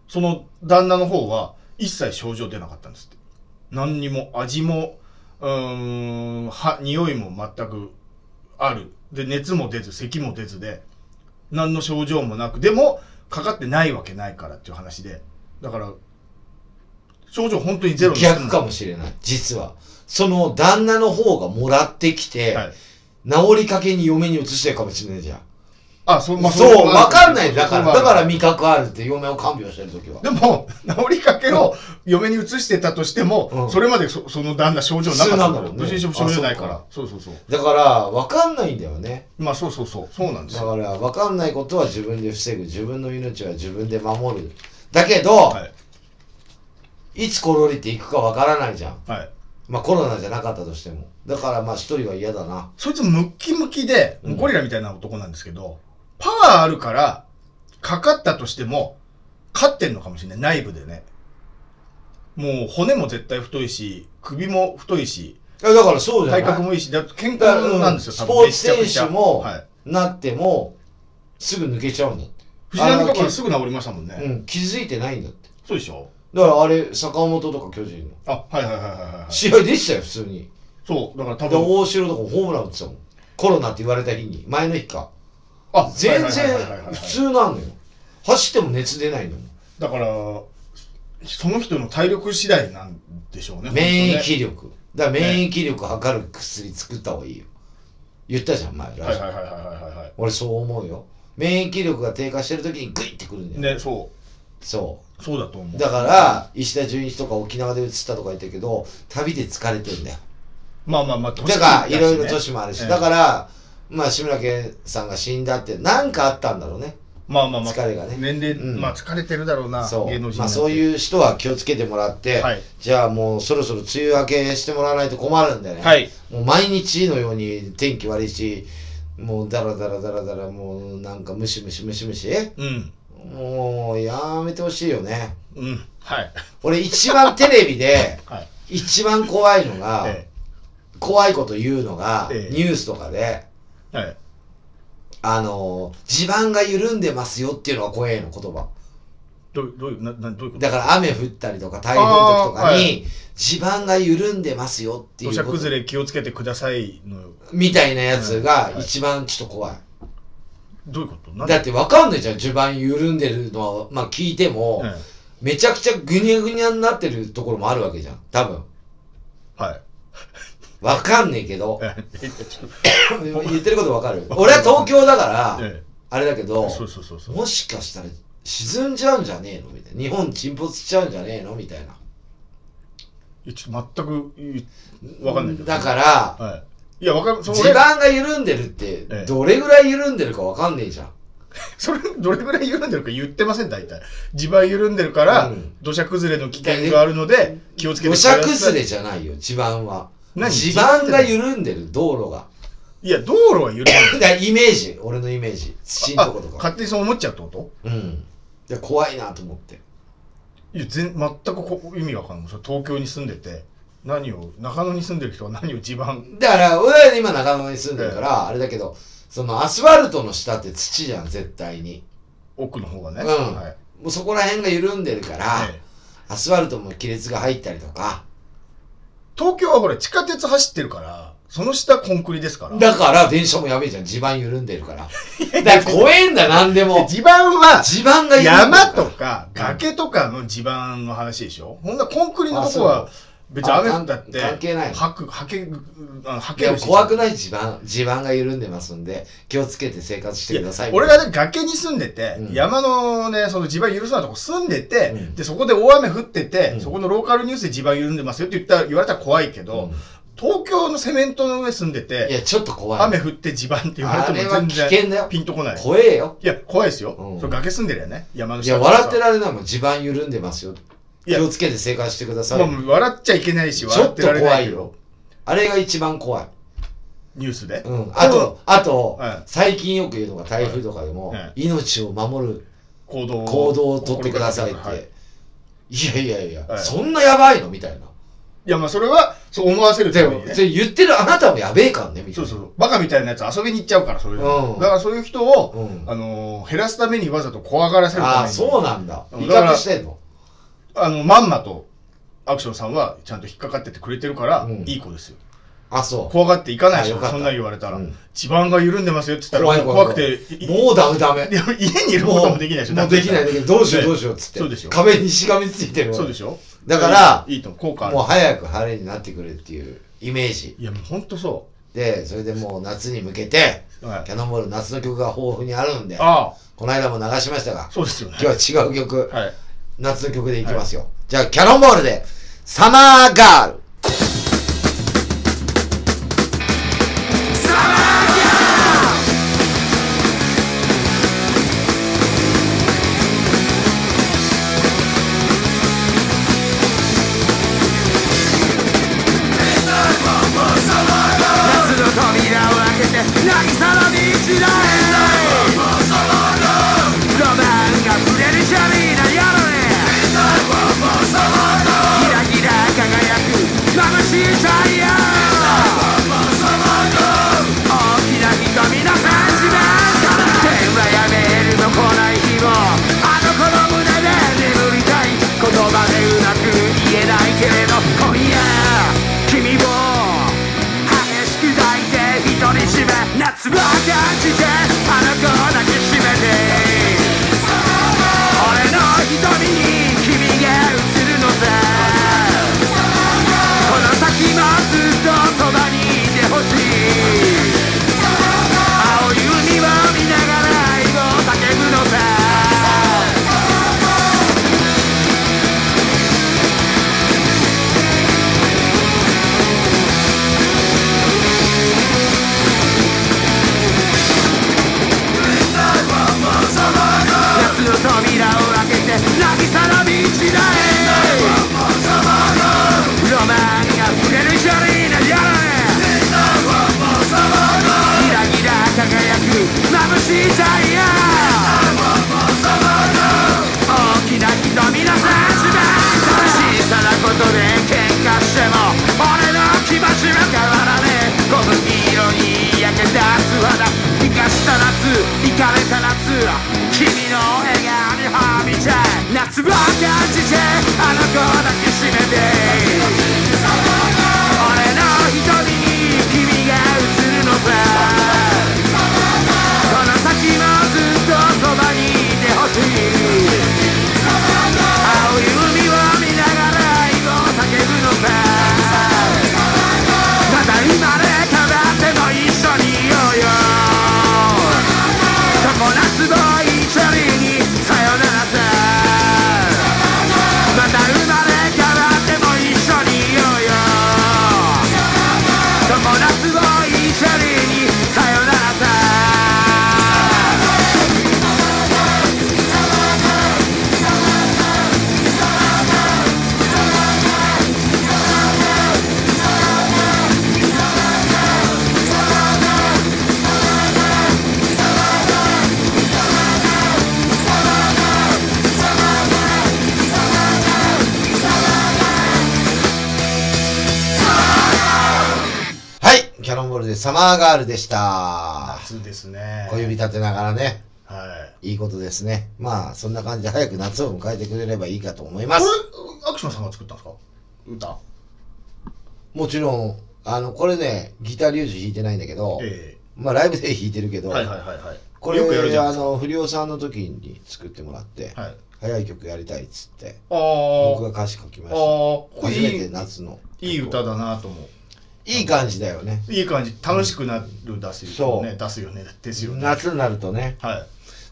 B: その旦那の方は一切症状出なかったんですって。何にも味も、うーん、は、匂いも全くある。で、熱も出ず、咳も出ずで、何の症状もなく、でも、かかってないわけないからっていう話で。だから、症状本当にゼロに
A: 逆かもしれない実はその旦那の方がもらってきて、
B: はい
A: 治りかけに嫁に移してるかもしれないじゃん
B: あ、そう、まあ
A: そう、わかんない。だから、だから
B: み
A: 味覚あるって嫁を看病してるときは。
B: でも、治りかけを嫁に移してたとしても、
A: うん
B: それまでそその旦那症状なかっ
A: 普
B: た
A: 通なんだもんね
B: 無症症状ないか
A: あ
B: ら。そうそうそう。
A: だから、わかんないんだよね。
B: まあそうそうそう。そうなんです
A: だ
B: よ。
A: から、わかんないことは自分で防ぐ。自分の命は自分で守る。だけど、
B: はい。
A: い、つコロリっていくかわからないじゃん。
B: はい。
A: まあコロナじゃなかったとしても。だから、まあ一人は嫌だな。
B: そいつムッキムキで、
A: うん
B: ゴリラみたいな男なんですけど、パワーあるから、かかったとしても、勝ってんのかもしれない。内部でね。もう骨も絶対太いし、首も太いし、
A: いやだからそうじゃない
B: 体格もいいし、だって健康なんですよ、
A: だ
B: 多
A: から
B: 分
A: うんスポーツ選手も
B: めちゃくちゃはい。
A: なっても、すぐ抜けちゃうんだって。
B: 藤波と
A: あ
B: か
A: の
B: すぐ治りましたもんね。
A: うん、気づいてないんだって。
B: そうでしょ
A: だからあれ、坂本とか巨人の。
B: あ、はいはいはいはいはいはい。
A: 試合でしたよ、普通に。
B: そう、だから多
A: で、
B: 分。
A: 大城とかもホームラン打ってたもん。コロナって言われた日に、前の日か。
B: あ
A: 全然
B: はいはいはいはいはい
A: 普通なのよ。走っても熱出ないのよ。
B: だから、その人の体力次第なんでしょうね。
A: 免
B: 本当ね。
A: 疫力。だから免疫力測る薬作った方がいいよ。言ったじゃん、前。
B: はいはいはいはいはいは
A: 俺そう思うよ。免疫力が低下してる時にグイってくるんだ
B: い。
A: よ。
B: ね、そ。
A: そう
B: そうだと思
A: う。
B: う。
A: だから、石田純一とか沖縄で移ったとか言ったけど、旅で疲れてんだよ。
B: まあまあまあ、年
A: だから、いろいろ年もあるし、
B: ええ
A: だから、まあ、志村けんさんが死んだって、なんかあったんだろうね。
B: まあまあまあ、
A: 疲れがね
B: 年齢、
A: うん
B: まあ疲れてるだろうな、
A: そ
B: 芸能
A: う。
B: 人
A: まあ、そう
B: う。
A: いう人は気をつけてもらって、
B: はい
A: じゃあもうそろそろ梅雨明けしてもらわないと困るんだよね。
B: はい。
A: もう毎日のように天気悪いし、もうダラダラダラダラ、もうなんかムシムシムシムシ。
B: うん。
A: もう、やめてほしいよね。
B: うん。はい。、
A: 俺一番テレビで
B: はい。
A: 一番怖いのが、
B: え
A: 怖いこと言うのが、
B: ええ
A: ニュースとかで、
B: えはい。
A: あの、地盤が緩んでますよっていうのが怖いの、言葉。
B: どう、どういう、な、な、どういうこと
A: だから雨降ったりとか台風の時と
B: あー
A: か
B: は
A: に
B: い、
A: 地盤が緩んでますよってい
B: 土
A: う
B: 砂
A: こと
B: 崩れ気をつけてくださいの、
A: みたいなやつが
B: はい
A: 一番ちょっと怖い。
B: どういうことなん
A: だってわかんないじゃん、地盤緩んでるのは、まあ聞いても、
B: え
A: めちゃくちゃぐにゃぐにゃになってるところもあるわけじゃん、多分。
B: えはい。
A: わかんねえけど、
B: ええちょっと
A: 言ってることわかる俺は東京だから、
B: え
A: あれだけど
B: え、そうそうそうそう。
A: もしかしたら沈んじゃうんじゃねえのみたいな。日本沈没しちゃうんじゃねえのみたいな。
B: いやちょっと全くいわかんないけど。
A: だから、
B: ら。はい。いや、わかる。そ
A: 地
B: れ、
A: 盤が緩んでるって
B: ええ、
A: どれぐらい緩んでるかわかんねえじゃん。
B: それ、どれぐらい緩んでるか言ってません、大体。地盤緩んでるから、
A: うん
B: 土砂崩れの危険があるので、気をつけて
A: 土
B: ください
A: 砂崩れじゃないよ、地盤は。
B: 何
A: 地盤が緩んでる、道路が。
B: いや、道路は緩んでる。
A: だからイメージ、俺のイメージ。土の
B: あ
A: とこと、か。
B: 勝手にそう思っちゃうってこと
A: うん。で怖いなと思って。
B: いや、全全くこ意味がわかんない。それ東京に住んでて、何を、中野に住んでる人は何を地盤、
A: だから、俺は今長野に住んでるから、あれだけど、そのアスファルトの下って土じゃん、絶対に。
B: 奥の方がね。
A: うん
B: はい。
A: もうそこら辺が緩んでるから、
B: ええ
A: アスファルトも亀裂が入ったりとか。
B: 東京はほら、地下鉄走ってるから、その下コンクリですから。
A: だから、電車もやべえじゃん、地盤緩んでる から。だから怖えんだ、なんで
B: で
A: も。
B: 地盤は、
A: 地盤が緩んでるから
B: 山とか崖とかの地盤の話でしょ、ほんならコンクリのとこ
A: あ
B: は別に雨
A: あ
B: 降ったって
A: 関関係ない
B: はくはけあのは
A: い
B: け
A: や
B: るし
A: 怖くない地盤、地盤が緩んでますんで、気をつけて生活してください。
B: 俺がね崖に住んでて、
A: うん
B: 山のねその地盤許すなとこ住んでて、
A: うん
B: でそこで大雨降ってて、
A: うん
B: そこのローカルニュースで地盤緩んでますよって言ったら言われたら怖いけ
A: う
B: ど、
A: ん
B: 東京のセメントの上住んで
A: い
B: て
A: や、ちょっと怖い。
B: 雨降って地盤って言われて
A: あれ
B: も
A: は
B: 全
A: 危険だよ
B: 然ピンとこない
A: 怖えよ。
B: いや怖いですよ、
A: うん
B: それ崖住んでるよね山の
A: い
B: 下
A: や、
B: とか
A: 笑ってられないもん。地盤緩んでますよ。
B: いや
A: 気をつけて生活してくださ
B: まあ
A: い。
B: もう笑っちゃいけないし
A: ち
B: 笑
A: ょ
B: っ
A: ってと
B: られな
A: 怖
B: い
A: い
B: け
A: よ
B: ど。
A: あれが一番怖い。
B: ニュースで、
A: うん。あと、あと、
B: はい
A: 最近よく言うのが台風とかでも、
B: はいは
A: 命を守る
B: 行動を
A: 行動をとってくださいって。
B: はいい、
A: やいやいや、
B: はい
A: そんなやばいのみたいな。
B: いやまあそれはそう思わせるた
A: で
B: めに
A: も、
B: ね
A: それ言ってるあなたもやべえからね、みたい
B: そう
A: な。
B: そうそうバカみたいなやつ遊びに行っちゃうからそれで、
A: うん
B: だからそういう人を、
A: うん
B: あのー減らすためにわざと怖がらせる
A: あ
B: ため
A: あ、
B: に
A: そうなんだ。
B: うん
A: 威
B: だから
A: 嚇してんの。
B: あのまんまとアクションさんはちゃんと引っかかっててくれてるから、
A: うん
B: いい子ですよ
A: あ、そう。
B: 怖がっていかないでし
A: あ
B: ょ
A: よかった
B: そんな言われたら、
A: うん
B: 地盤が緩んでますよって言ったら
A: 怖い怖い
B: 怖くていい
A: もうダメダメ。
B: でも家にいることもできないでしょ
A: もうできない
B: だ
A: で
B: っ
A: きな
B: て
A: い。どうしよう
B: ね
A: どうしようっつって。
B: そうでしょ
A: 壁にしがみついてるわ
B: そうでしょ
A: だから
B: いいいいと思う効果ある
A: もう早く晴れになってくれっていうイメージ。
B: いやもうほんとそう
A: でそれでもう夏に向けて
B: はい
A: キャノンボール夏の曲が豊富にあるんで
B: あ
A: この間も流しましたが
B: あ、そうですよね。
A: 今日は違う曲
B: はい。
A: 夏の曲でいきますよ、じゃあキャノンボールで「サマーガール」
C: 夏の扉を開けて渚の道だへロマンが触れるチャリーな夜にギラギラ輝く眩しい太陽大きな瞳の三次元天はやめるの来ない日もあの子の胸で眠りたい言葉でうまく言えないけれど今夜君を激しく抱いて一人占め夏を感じてあの子抱きしめて俺の瞳に君が映るのさこの先もずっとそばにいてほしい青い海を見ながら愛を叫ぶのさ夏の扉を開けて渚の道だへロマンが触れるジャリーな夜ギラギラ輝く眩しい太陽大きな瞳の差し小さなことで喧嘩しても俺の気持ちは変わらねえ小麦色に焼け出す肌生かした夏イかれた夏君の笑顔にはみちゃえ夏を感じてあの子抱きしめて俺の瞳に君が映るのさこの先もずっとそばにいてほしい青い海を見ながら愛を叫ぶのさまた生まれ変わっても一緒にいようよ常夏も一緒にさよならさまた生まれ変わっても一緒にいようよ友達も一緒にさよならさ
A: はいキャノンボールで「サマーガール」でした
B: 夏ですね。
A: 小指立てながらね
B: はい。
A: いいことですねまあそんな感じで早く夏を迎えてくれればいいかと思いま
B: こ
A: す
B: れ、アクションさんが作ったんですか歌。
A: もちろんあのこれねギターリュージ弾いてないんだけど、
B: え
A: まあライブで弾いてるけ
B: え
A: ど、
B: はいはいはいはい。
A: これ
B: よくやるじゃん。
A: あの不良さんの時に作ってもらって、
B: はい。
A: 早い曲やりたいっつって
B: ああ。
A: 僕が歌詞書きま
B: あ
A: し
B: あ、こ
A: た
B: れ
A: 初
B: い
A: め
B: い
A: て、夏の
B: いい歌だなと思う。
A: いい感じだよね
B: いい感じ、楽しくなる出すよね、
A: そう
B: 出すよね、ですよね。はい。
A: 夏になるとね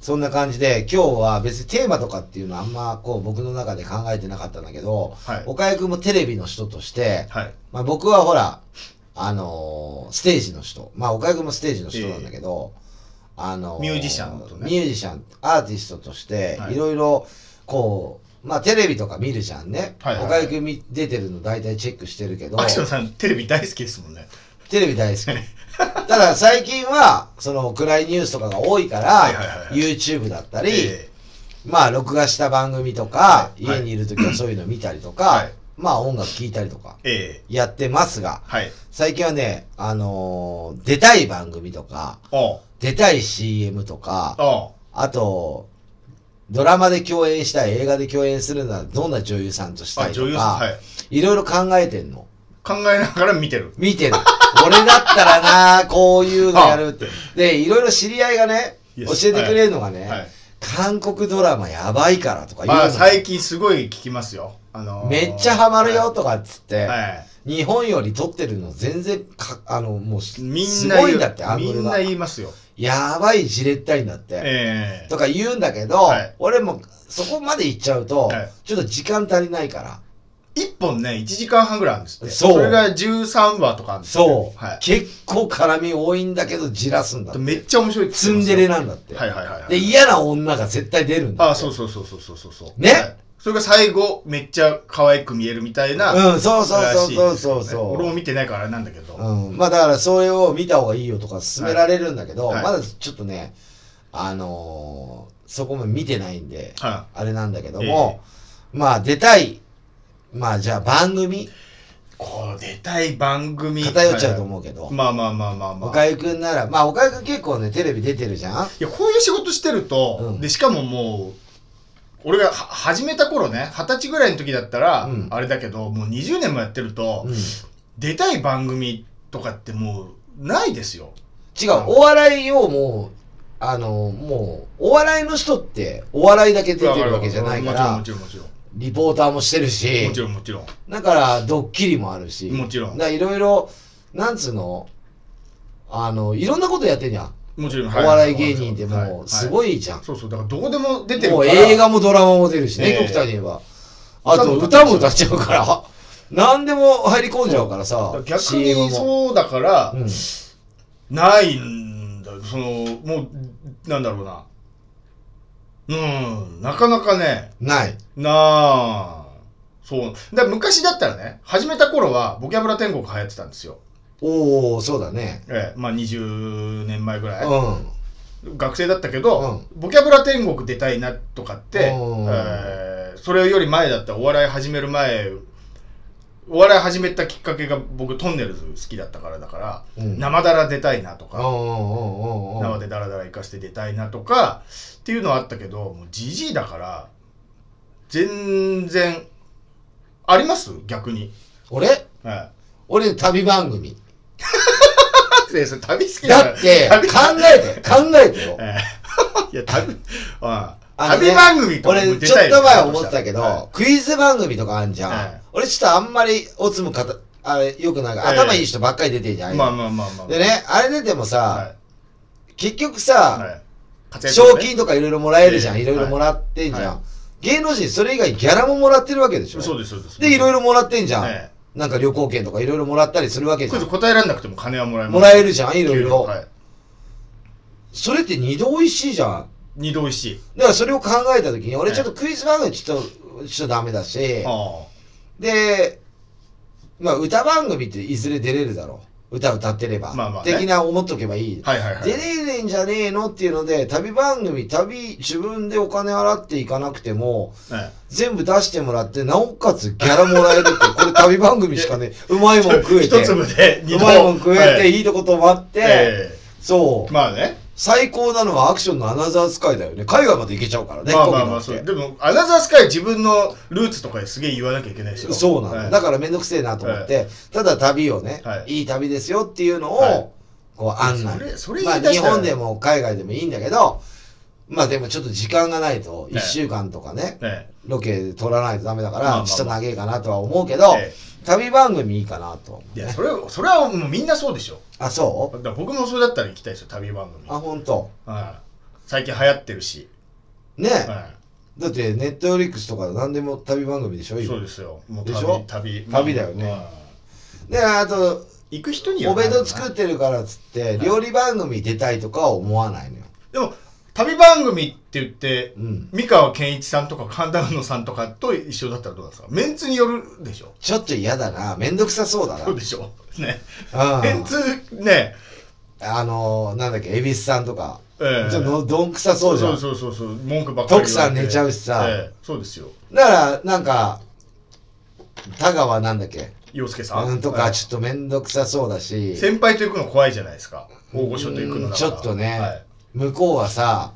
A: そんな感じで今日は別にテーマとかっていうのはあんまこう僕の中で考えてなかったんだけど、
B: はい
A: 岡井くんもテレビの人として、
B: はい。
A: まあ、僕はほらあのーステージの人まあ岡井くんもステージの人なんだけど、あのー
B: ミュージシャンとね
A: ミュージシャンアーティストとして
B: はい
A: いろいろこうまあテレビとか見るじゃんね、
B: はいはい
A: 岡井くんみ出てるの大体チェックしてるけど
B: アクションさん、テレビ大好きですもんね。
A: テレビ大好き。ただ最近は、その暗いニュースとかが多いから、
B: はいはいはいはい
A: YouTube だったり、
B: え
A: まあ録画した番組と
B: は
A: か、
B: いはい
A: 家にいる時はそういうの見たりとか、
B: はい
A: まあ音楽聴いたりとか
B: えええ
A: やってますが、
B: はい。
A: 最近はね、あのー出たい番組とか、
B: おう
A: 出たい CM とか、
B: おう
A: あと、ドラマで共演したい、映画で共演するならどんな女優さんとした
B: あ、
A: いと
B: 女優さん、は
A: か、
B: い。
A: いろいろ考えてんの。
B: 考えながら見てる。
A: 見てる。 俺だったらなあこういうのやるって。で、いろいろ知り合いがね、
B: Yes
A: 教えてくれるのがね、
B: はい。
A: 韓国ドラマやばいからとか言う
B: まあ、
A: の。
B: 最近すごい聞きますよ。あのー
A: めっちゃハマるよとかっつって、
B: はい。
A: 日本より取ってるの全然か、あの、もうす、
B: み
A: す
B: んな
A: ごい
B: 言
A: んだって、ア
B: う
A: ン
B: み
A: グル
B: ん
A: が
B: な。言いますよ。
A: やばい、じれったいんだって。
B: ええ
A: とか言うんだけど、
B: はい
A: 俺もそこまで行っちゃうと、
B: はい
A: ちょっと時間足りないから。
B: 一本ね、1時間半ぐらいあるんですって。
A: そう
B: それが13話とかあるんですって
A: そう、
B: はい。
A: 結構絡み多いんだけど、じらすんだって。
B: めっちゃ面白いって
A: ツンデレなんだって。
B: はいはいはいはい
A: で、嫌な女が絶対出るんだって。
B: あそうそうそうそうそうそうそう
A: ね
B: はいそれが最後めっちゃ可愛く見えるみたいな、
A: うん、そうそうそうそうそう
B: らしいですよね
A: そう。
B: 俺も見てないからあれなんだけど、
A: うん、まあだからそれを見た方がいいよとか勧められるんだけど、
B: はい
A: まだちょっとね、あのーそこも見てないんで、
B: は
A: あれなんだけども、まあ出たい、まあじゃあ番組、
B: いこう出たい番組
A: 偏っちゃうと思うけど、
B: はいまあまあまあまあまあ、
A: 岡井くんなら、まあ岡井くん結構ね、テレビ出てるじゃん
B: いやこういう仕事してると、
A: うん
B: でしかももう俺がは始めた頃ね二十歳ぐらいの時だったら、
A: うん
B: あれだけどもう20年もやってると、
A: うん、違う、
B: 出たい番組とかってもうないですよ
A: お笑いをもう、あのーもう、お笑いの人って、お笑いだけ出てるわけじゃないから
B: も、ちろんもちろんも
A: リポーターもしてる
B: ちろん
A: し
B: もち、ろんもちろん
A: だから、ドッキリもあるし。
B: もちろ
A: だ
B: ん
A: からいろいろ、なんつうのあの、いろんなことやってんじゃん。
B: もちろん、
A: お笑い芸人で
B: はいは
A: も、
B: いう
A: すごいじゃん。
B: そうそう、だからどこでも出てる
A: も
B: か
A: う
B: ら。
A: 映画もドラマも出るし
B: え
A: ね、
B: え
A: 極端に言えば。あと、
B: 歌
A: 歌
B: も
A: も歌
B: 歌っ
A: っちゃうから、 何でも入り込んじゃうから
B: だか
A: さ
B: ら、逆
A: CM も。
B: にそうだから、
A: うん
B: ないんだよ。その、もう、なんだろうな。うん、なかなかね、
A: ない。
B: なあ、そう。だから昔だったらね、始めた頃は、ボキャブラ天国流行ってたんですよ。
A: おおそうだね。
B: ええ、まあ20年前ぐらい。
A: うん。
B: 学生だったけど、ボキャブラ天国出たいなとかって、
A: うん
B: えーそれより前だったお笑い始める前お笑い始めたきっかけが僕トンネルズ好きだったからだから、
A: うん
B: 生だら出たいなと
A: うんう
B: か、
A: んうんうんう
B: 生
A: ん。
B: でだらだら生かして出たいなとかっていうのはあったけどもうじじいだから全然あります逆に。
A: 俺
B: はい
A: 俺、旅番組。
B: でそれ旅好きだから
A: だって、
B: 旅
A: 考えて、考えてよ。
B: ええいや旅、うん
A: あのね
B: 旅番組とかも
A: 俺、
B: 出
A: ちょ
B: た
A: っ
B: いよ
A: と前思ってたけど、
B: は
A: クイズ番組とかあんじゃん。
B: はい
A: 俺、ちょっとあんまりおつむかた、あれ、よくない、
B: ええ
A: 頭いい人ばっかり出てんじゃん。
B: いまあまあまあまあまあ
A: でね、あれ出てもさ、
B: は
A: 結局
B: いは
A: さ、
B: い活躍するね
A: 賞金とかいろいろもらえるじゃん。
B: ええ
A: いろいろもらってんじゃん。
B: は
A: 芸能人、それ以外ギャラももらってるわけでしょ。
B: そうですそうです
A: でいろいろもらってんじゃん。
B: え
A: なんか旅行券とかいろいろもらったりするわけ
B: え
A: じゃ
B: クイズ
A: ん。
B: 答えられなくても金はもらえます
A: もらえるじゃん、いろいろ。
B: はい
A: それって二度おいしいじゃん。
B: 二度おいしい
A: だからそれを考えたときに、俺ちょっとクイズ番組ちょっと、ちょっとダメだし、
B: あ
A: で、まあ歌番組っていずれ出れるだろう。歌歌ってれば。
B: まあまあね
A: 的な思っとけばいい。
B: あはいはいはい
A: 出れねえんじゃねえのっていうので、旅番組、旅、自分でお金払っていかなくても、
B: え
A: 全部出してもらって、なおかつギャラもらえるって、これ旅番組しか ね、うまいもん食
B: え
A: え
B: 一
A: て。
B: 粒で二
A: う
B: 度
A: まいもん食えて、、
B: はい
A: いとこ泊まって、
B: え
A: そ
B: え
A: う、
B: まあね
A: 最高なのはアクションのアナザースカイだよね。海外まで行けちゃうからね、
B: まあまあまあ
A: 飛
B: そ
A: 行機乗
B: う
A: って
B: でもアナザースカイ自分のルーツとかすげえ言わなきゃいけないですよ
A: そうなの、
B: はい
A: だからめんどくせえなと思って、ただ旅をね、
B: はい
A: い、い旅ですよっていうのを、
B: はい
A: こう案内
B: それそれ
A: ま
B: 言
A: あ
B: い出
A: 日
B: したら
A: 本でも海外でもいいんだけどまあでもちょっと時間がないと
B: ええ
A: 1週間とかね、
B: え
A: ロケ取らないとダメだか
B: まあまあま
A: ら
B: あ
A: ちょっと長えかなとは思うけど、
B: え
A: 旅番組いいかなと
B: えいやそれそれはもうみんなそうでしょ
A: あそ
B: だから僕もそれだったら行きたいですよ旅番組
A: うあ本当
B: はい最近流行ってるし
A: ね、
B: は
A: だってネットフリックスとか何でも旅番組でしょ
B: いそう
A: 今
B: ですよもう
A: でしょ
B: 旅
A: 旅だよね
B: うん
A: であと
B: 行く人に
A: お
B: よる
A: 弁
B: んだろう
A: 当
B: な
A: 作ってるからっつって料理番組出たいとかは思わないのよ、
B: でも旅番組って言って、
A: うん、
B: 三河健一さんとか神田うのさんとかと一緒だったらどうなんですかメンツによるでしょ
A: ちょっと嫌だな。めんどくさそうだな。
B: そうでしょね
A: あ
B: メンツね
A: あのー、なんだっけ、恵比寿さんとか。
B: ええ
A: ちょっとのどんくさそうじゃん。
B: そうそうそうそう文句ばっかり
A: 徳さん寝ちゃうしさ
B: ええそうですよ
A: だから、なんか、田川なんだっけ、
B: 洋介さ
A: うんんと
B: は
A: か、
B: い
A: ちょっとめんどくさそうだし、
B: 先輩と行くの怖いじゃないですか大御所と行くのだから
A: うんちょっとね
B: はい
A: 向こうはさ、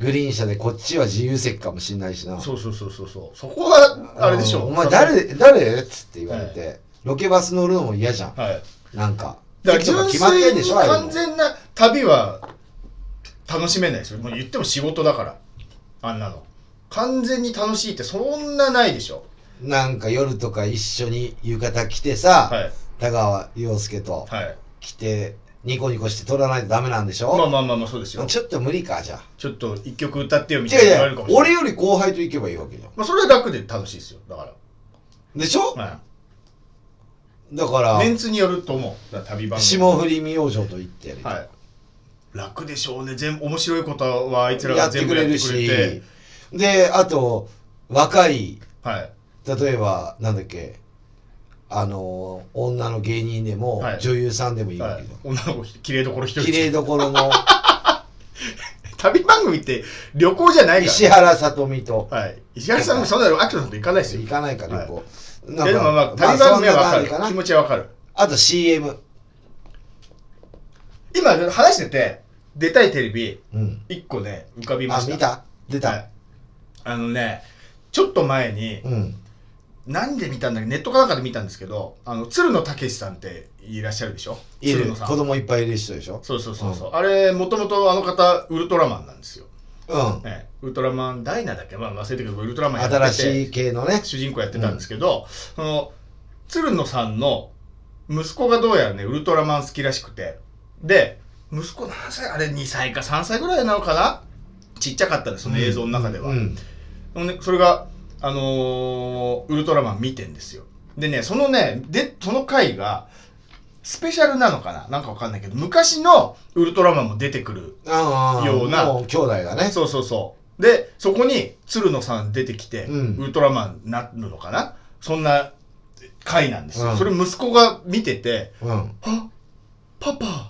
A: グリーン車でこっちは自由席かもしんないしな。
B: そうそうそうそうそうそこはあれでしょ
A: んお前誰、誰っつって言われて、ロケバス乗るのも嫌じゃん。
B: はい
A: なんか。
B: だから
A: 席と
B: 純
A: 決まって
B: 粋
A: んで
B: に
A: しょああいう
B: 完
A: の
B: 全な旅は楽しめないですよもう言っても仕事だからあんなの完全に楽しいってそんなないでしょ
A: なんか夜とか一緒に浴衣着てさ、
B: はい
A: 田川陽介と
B: はい
A: 着て、ニコニコして撮らないとダメなんでしょ、
B: まあまあまあまあそうですよ
A: ちょっと無理か、じゃあ。
B: ちょっと一曲歌ってよみたい
A: 違
B: な
A: う
B: 言われ
A: 違う
B: るかも、しれない
A: 俺より後輩と行けばいいわけじゃん。
B: まあそれは楽で楽しいですよだか
A: でしょ、
B: ら、は
A: だから
B: い、メ、ンツによると思うだから旅番組
A: 霜降り明星と行ってやる。
B: はい楽でしょうね全部面白いことはあいつら
A: や
B: が
A: って
B: 全
A: く
B: 部
A: れ
B: やって
A: る
B: く
A: し
B: れて
A: であと若い
B: はい
A: 例えばなんだっけあの女の芸人でも、
B: はい
A: 女優さんでもいいわ
B: は
A: け
B: い
A: じゃん、、
B: 女の子綺麗どころ一人
A: 綺麗どころ の
B: 旅番組って旅行じゃないか
A: 石原さとみと
B: ら、はい、石原さんもそんなのアクションと行かないですよ
A: 行かないか旅行、
B: いやでもまあ
A: まあ
B: 旅番組は
A: そんな感じ
B: 分かる、
A: かな
B: 気持ちは分かる
A: あと CM
B: 今話してて出たいテレビ
A: うん
B: 一個ね浮かびま
A: あ
B: した
A: 見た出た、
B: はいあのねちょっと前に
A: うん
B: なんで見たんだっけネットかなんかで見たんですけどあの鶴野武さんっていらっしゃるでしょ
A: い
B: 鶴
A: る
B: 野さ
A: 子
B: ん
A: 供いっぱいいる人でしょ
B: そうそうそうそう、あれもともとあの方ウルトラマンなんですよ、
A: うん
B: ね、ウルトラマンダイナだっけまあ忘れてるけどウルトラマンやってて
A: 新しい系のね
B: 主人公やってたんですけど、その鶴野さんの息子がどうやらねウルトラマン好きらしくてで息子何歳あれ2歳か3歳ぐらいなのかなちっちゃかったですその映像の中では、
A: うん
B: ほんでそれが、あのーウルトラマン見てんですよでねそのねでその回がスペシャルなのかななんかわかんないけど昔のウルトラマンも出てくる
A: ああ
B: ような
A: もう兄弟がね
B: そうそうそう。で、そこに鶴野さん出てきて、
A: うん
B: ウルトラマンになるのかなそんな回なんですよ。
A: うん
B: それ息子が見てて、
A: うん
B: あパパ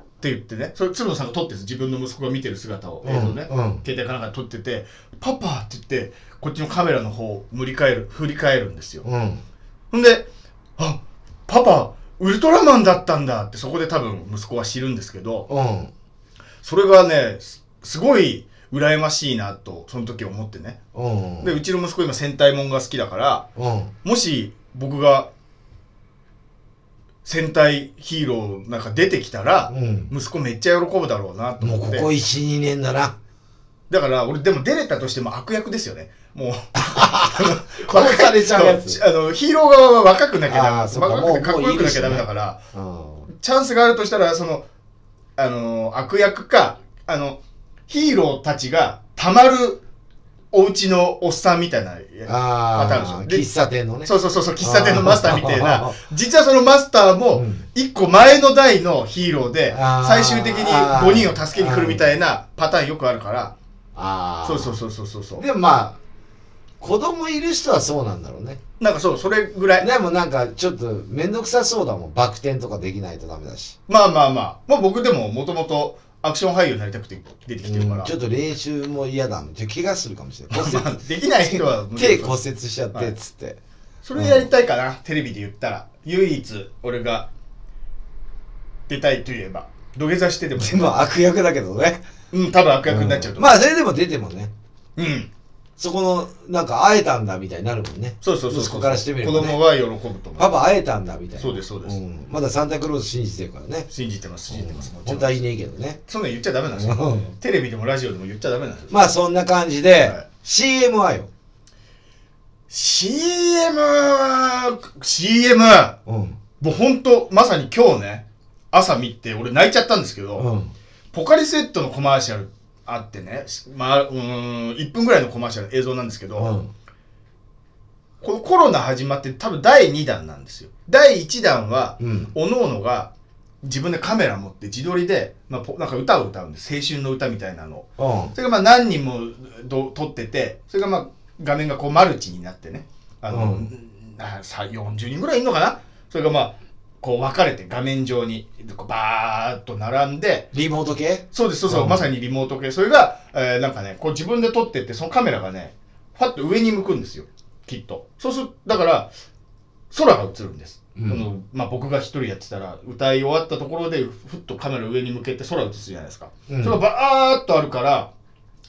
B: って言ってね、それ鶴野さんが撮ってるんです自分の息子が見てる姿を、
A: うん
B: 映像ね、
A: うん
B: 携帯かなんかで撮ってて、パパって言って、こっちのカメラの方を振り返る、振り返るんですよ。
A: うん
B: ほんで、あパパ、ウルトラマンだったんだってそこで多分息子は知るんですけど、
A: うん
B: それがね、すすごい羨ましいなと、その時思ってね。
A: うん
B: で、うちの息子今戦隊もんが好きだから、
A: うん
B: もし僕が戦隊ヒーローなんか出てきたら、
A: うん
B: 息子めっちゃ喜ぶだろうなと
A: もうこ
B: 思
A: こ
B: って。
A: 12年だな
B: だから俺でも出れたとしても悪役ですよね。もう。
A: 殺されちゃうやつ
B: あの、ヒーロー側は若くなきゃダメ。
A: あーそっか
B: 若くてかっこ
A: もうもういい
B: よく
A: で
B: な
A: す
B: きゃ
A: ね
B: ダメだから。
A: うん
B: チャンスがあるとしたら、その、あのー悪役か、あの、ヒーローたちがたまるお家のおっさんみたいな。パターンでし
A: あ
B: ょ
A: あ
B: で
A: 喫茶店のね
B: そうそうそうそう、喫茶店のマスターみたい
A: あ
B: な
A: ー。
B: 実はそのマスター
A: う
B: も
A: ん、
B: 一個前の代のヒーローで、
A: あー
B: 最終的に5人を助けに来るみたいなパターンよくあるから、
A: ああ
B: そうそうそうそうそうそう。
A: でもまあ子供いる人はそうなんだろうね
B: なんかそう、それぐらい。
A: でもなんかちょっと面倒くさそうだもんバク転とかできないとダメだし
B: まあまあまあ。まあ僕でももともとアクション俳優になりたくて出てきてるか
A: う
B: ら
A: んちょ。っと練習も嫌だもんちょっと怪我するかもしれない骨
B: まあ
A: 折
B: できない人は無理
A: 手骨折しちゃってっつって
B: それやりたいかな、テレビで言ったら唯一俺が出たいといえば土下座し てでも
A: でも悪役だけどね
B: うん多分悪役になっちゃうと
A: ん
B: 思
A: まあそれでも出てもね
B: う、うん、
A: そこのなんか会えたんだみたいになるもんね
B: そうそうそうそう
A: 息子からしてみればね
B: 子供は喜ぶと思う
A: パパ会えたんだみたいな
B: そうですそうです
A: んまだサンタクロース信じてるからね
B: 信じてます信じてます、もちろ
A: 本
B: ん
A: 当はいねえけどね
B: そんなん言っちゃダメなんですよ、
A: うん
B: テレビでもラジオでも言っちゃダメなんですよ、
A: まあそんな感じで、
B: はい
A: CM はよ、
B: CM CM
A: うん
B: もう本当まさに今日ね朝見て俺泣いちゃったんですけど、
A: うん、
B: ポカリスエットのコマーシャルあってね、まあ、うーん、1分ぐらいのコマーシャル映像なんですけど、
A: うん、
B: このコロナ始まって多分第2弾なんですよ。第1弾は、
A: うん
B: おのおのが自分でカメラ持って自撮りで、まあ、ポなんか歌を歌うんです。青春の歌みたいなのを。
A: うん
B: それがまあ何人もど撮ってて、それがまあ画面がこうマルチになってね、あの、
A: う
B: なさ40人ぐらいいるのかなそれがまあ、こう分かれて画面上にこうバーッと並んで、
A: リモート系
B: そうです、そうそう、
A: うん
B: まさにリモート系。それが、えーなんかね、こう自分で撮ってって、そのカメラがね、ファッと上に向くんですよ、きっと。そうする、だから、空が映るんです。
A: うん
B: あのまあ、僕が一人やってたら、歌い終わったところで、ふっとカメラ上に向けて空映すじゃないですか。
A: うん
B: それがバーっとあるから、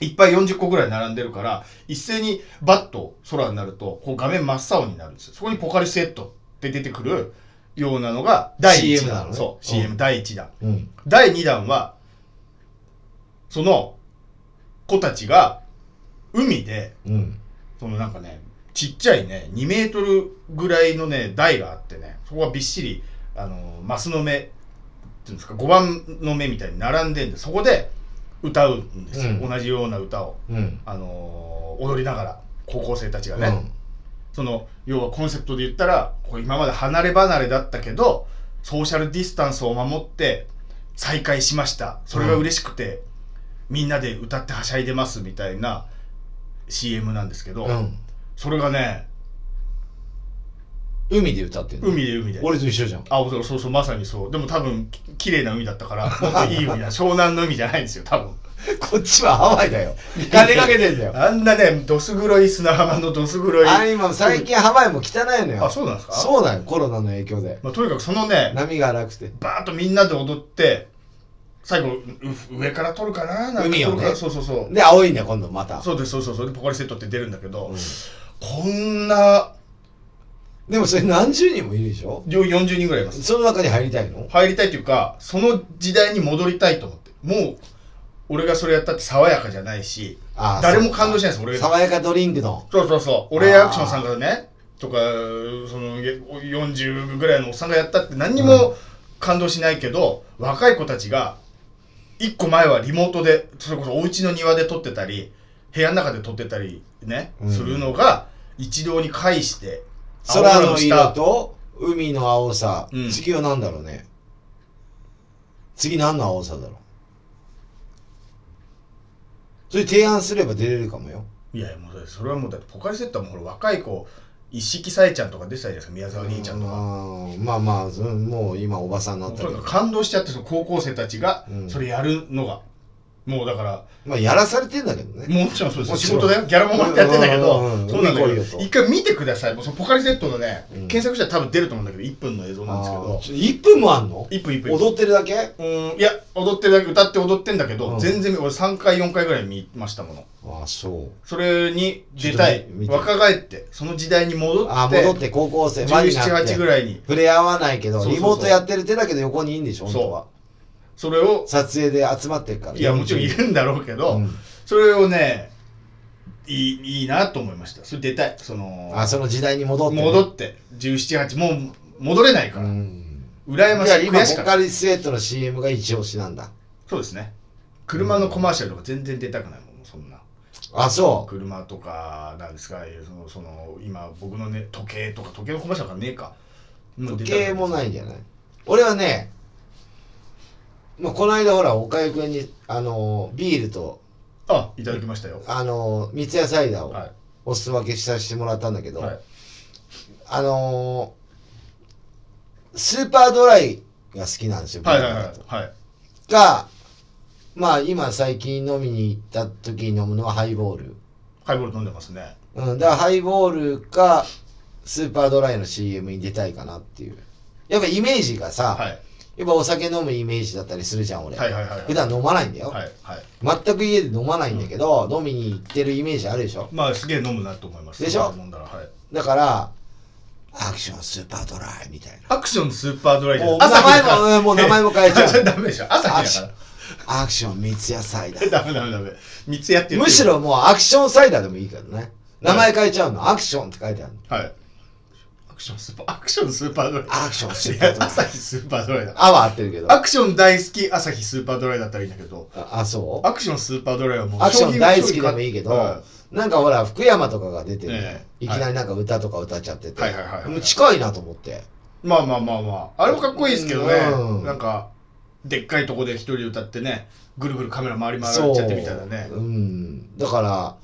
B: いっぱい40個ぐらい並んでるから、一斉にバッと空になると、こう画面真っ青になるんですよ。そこにポカリスエットって出てくるようなのが、第1
A: CM な
B: 弾。
A: のね
B: そう、
A: うん
B: CM 第1弾。
A: うん
B: 第2弾は、その子たちが海で、
A: うん
B: そのなんかね、ちっちゃいね、2メートルぐらいのね、台があってね、そこがびっしり、あの、マスの目、っていうんですか、5番の目みたいに並んでんで、そこで歌うんですよ。
A: うん
B: 同じような歌を、
A: うん
B: あの踊りながら、高校生たちが
A: う
B: ね。
A: ん
B: その要はコンセプトで言ったらこう今まで離れ離れだったけどソーシャルディスタンスを守って再会しましたそれが嬉しくて、みんなで歌ってはしゃいでますみたいな CM なんですけど、
A: うん
B: それがね
A: 海で歌ってんの
B: 海で海で
A: 俺と一緒じゃん
B: あそうそうそうまさにそうでも多分き綺麗な海だった からもっといい海だ湘南の海じゃないんですよ多分
A: こっちはハワイだよ金かけてんだよ
B: あんなねどす黒い砂浜のどす黒い
A: あ今最近ハワイも汚いのよ
B: あそうなんですか
A: そうなのコロナの影響で
B: まあ、とにかくそのね
A: 波が荒くて
B: バーッとみんなで踊って最後う上から撮るかななんか撮
A: 海
B: る
A: を
B: か
A: ね
B: なそうそうそう
A: で青いんだよ今度また
B: そうですそうそうそうでポカリセットって出るんだけど、
A: うん
B: こんな
A: でもそれ何十人もいるでしょ
B: 上40人ぐらいいます
A: その中に入りたいの
B: 入りたいというかその時代に戻りたいと思ってもう俺がそれやったって爽やかじゃないし
A: あー
B: 誰も感動しないです俺
A: 爽やかドリンクの
B: そうそうそう俺やアクションさんがねとかそのげ40ぐらいのおっさんがやったって何にも感動しないけど、若い子たちが一個前はリモートでそれこそお家の庭で撮ってたり部屋の中で撮ってたりね、
A: うん
B: するのが一堂に会して
A: 空
B: 青
A: の
B: 空下
A: 色と海の青さ、
B: うん
A: 次は何だろうね次何の青さだろうそれ提案すれば出れるかもよ
B: いやいやもうだってそれはもうだってポカリセットはもうほら若い子一色さえちゃんとか出てたじゃないですか宮沢りえちゃんとか。
A: あーまあまあそもう今おばさんにな
B: も
A: っ
B: う
A: た
B: と
A: け
B: にか
A: ど
B: く感動しちゃってその高校生たちが
A: うん
B: それやるのが、もうだから
A: まあやらされてんだけどね
B: もちろんそうですよ
A: もち
B: 仕
A: ろん
B: 事だよギャラももらってやってんだけ
A: うんうんうんうん
B: どそうなんだ
A: 見
B: け
A: に
B: ど
A: 来いよと
B: 一回見てくださいもうそのポカリセットのね
A: うん
B: 検索したら多分出ると思うんだけど1分の映像なんですけ
A: あー
B: ど
A: ちょ1分もあんの
B: 1分1分
A: 踊ってるだけ
B: うんいや踊ってるだけ歌って踊ってんだけ
A: う
B: ど
A: ん
B: 全然俺3回4回ぐらい見ましたもの
A: ああそう
B: それに出た
A: ちょ
B: い
A: っと見て
B: 若返ってその時代に戻
A: ああ
B: って
A: 戻って高校生輪になって
B: 1718ぐらいに
A: 触れ合わないけど
B: そうそう
A: リ
B: そう
A: モートやってる手だけど横にいいんでしょ本当は
B: それを
A: 撮影で集まってるから
B: いやもちろんい
A: る
B: るんだろうけど
A: うん
B: それをねいいいいなと思いましたそれ出たいその
A: あその時代に戻ってね、
B: 戻って1718もう戻れないか
A: う
B: ら
A: ん
B: 羨ま
A: い
B: し
A: や
B: い
A: 今
B: 悔しか
A: ポ
B: った
A: カリスエットの CM が一押しなんだ
B: そうですね車のコマーシャルとか全然出たくないもんそんな
A: あそう
B: 車とかなんですかそのその今僕のね時計とか時計のコマーシャルがねえかもう出
A: 時
B: たく
A: 計もないいんじゃない俺はね、まあ、この間ほら岡井くんにあのービールと
B: あいただきましたよ
A: あのー三ツ矢サイダーを
B: は
A: お裾分けさせてもらったんだけ
B: い
A: ど、
B: はい
A: あのースーパードライが好きなんですよ、
B: はいはい
A: ビール
B: は
A: だと
B: いはい
A: がまあ今最近飲みに行った時に飲むのはハイボール
B: ハイボール飲んでますね
A: うん、だからハイボールかスーパードライの CM に出たいかなっていうやっぱイメージがさ、
B: はい
A: やっぱお酒飲むイメージだったりするじゃん俺、
B: はいはいはいはい
A: 普段飲まないんだよ、
B: はいはい
A: 全く家で飲まないんだけど、飲みに行ってるイメージあるでしょ
B: まあすげえ飲むなと思います
A: でしょ
B: 飲んだらはい
A: だからアクションスーパードライみたいな
B: アクションスーパードライじゃな
A: も
B: いう
A: 名前も
B: 朝日だから
A: うんもう名前も変えちゃう
B: ダメでしょ朝日だか
A: アクション三ツ矢サイダ
B: ら
A: ー
B: ダメダメダメ三つやってる
A: むしろもうアクションサイダーでもいいけどね名前変えちゃうの、アクションって書いてあるの
B: はい。アクションスーパー、アクションスーパードライ。
A: アクションスーパードライ
B: いや朝日スーパードライだ。
A: あは合ってるけど
B: アクション大好き、朝日スーパードライだったらいいんだけど、
A: ああそう
B: アクションスーパードライはもう
A: アクション大好き
B: 商品
A: で
B: が
A: もいいけど、
B: は
A: なんかほら、福山とかが出てる、
B: ええ
A: いきなりなんか歌とか歌っちゃってて、
B: はいはいはいはい
A: もう近いなと思って。
B: いまあまあまあまあ、あれもかっこいいですけどね、
A: うん
B: なんか、でっかいとこで一人で歌ってね、ぐるぐるカメラ回り回っちゃってみたいなね。
A: うん。だから、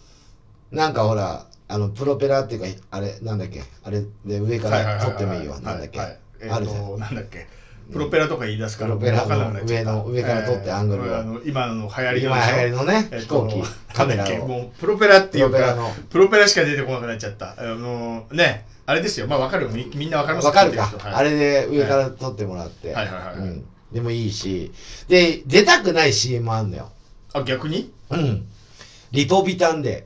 A: なんかほら、あの、プロペラっていうか、あれ、なんだっけ、あれで上か
B: はいはい
A: ら
B: は
A: 撮ってもいいわ、
B: は
A: なんだっけ。
B: はいえ
A: ある
B: っ
A: じゃん
B: と、なんだっけ。プロペラとか言い出すから、
A: プロペラの
B: わからなくなっちゃ
A: 上
B: った
A: の上から撮ってアングルを
B: えーあの今の流行りの
A: 今流行りのね、
B: えっ
A: 飛
B: と
A: 行機
B: なんだっ、け
A: カメラを。
B: もうプロペラっていう
A: プロペラ
B: か
A: の
B: プロペラしか出てこなくなっちゃったあのねあれですよまあわかるみみんなわかります
A: わかるか、あ
B: れ
A: れで上から撮ってもらって。
B: はいはいはいはい
A: うん。でもいいし、で、出たくない CM あんだよ。
B: あ逆に
A: うん。リポビタンで。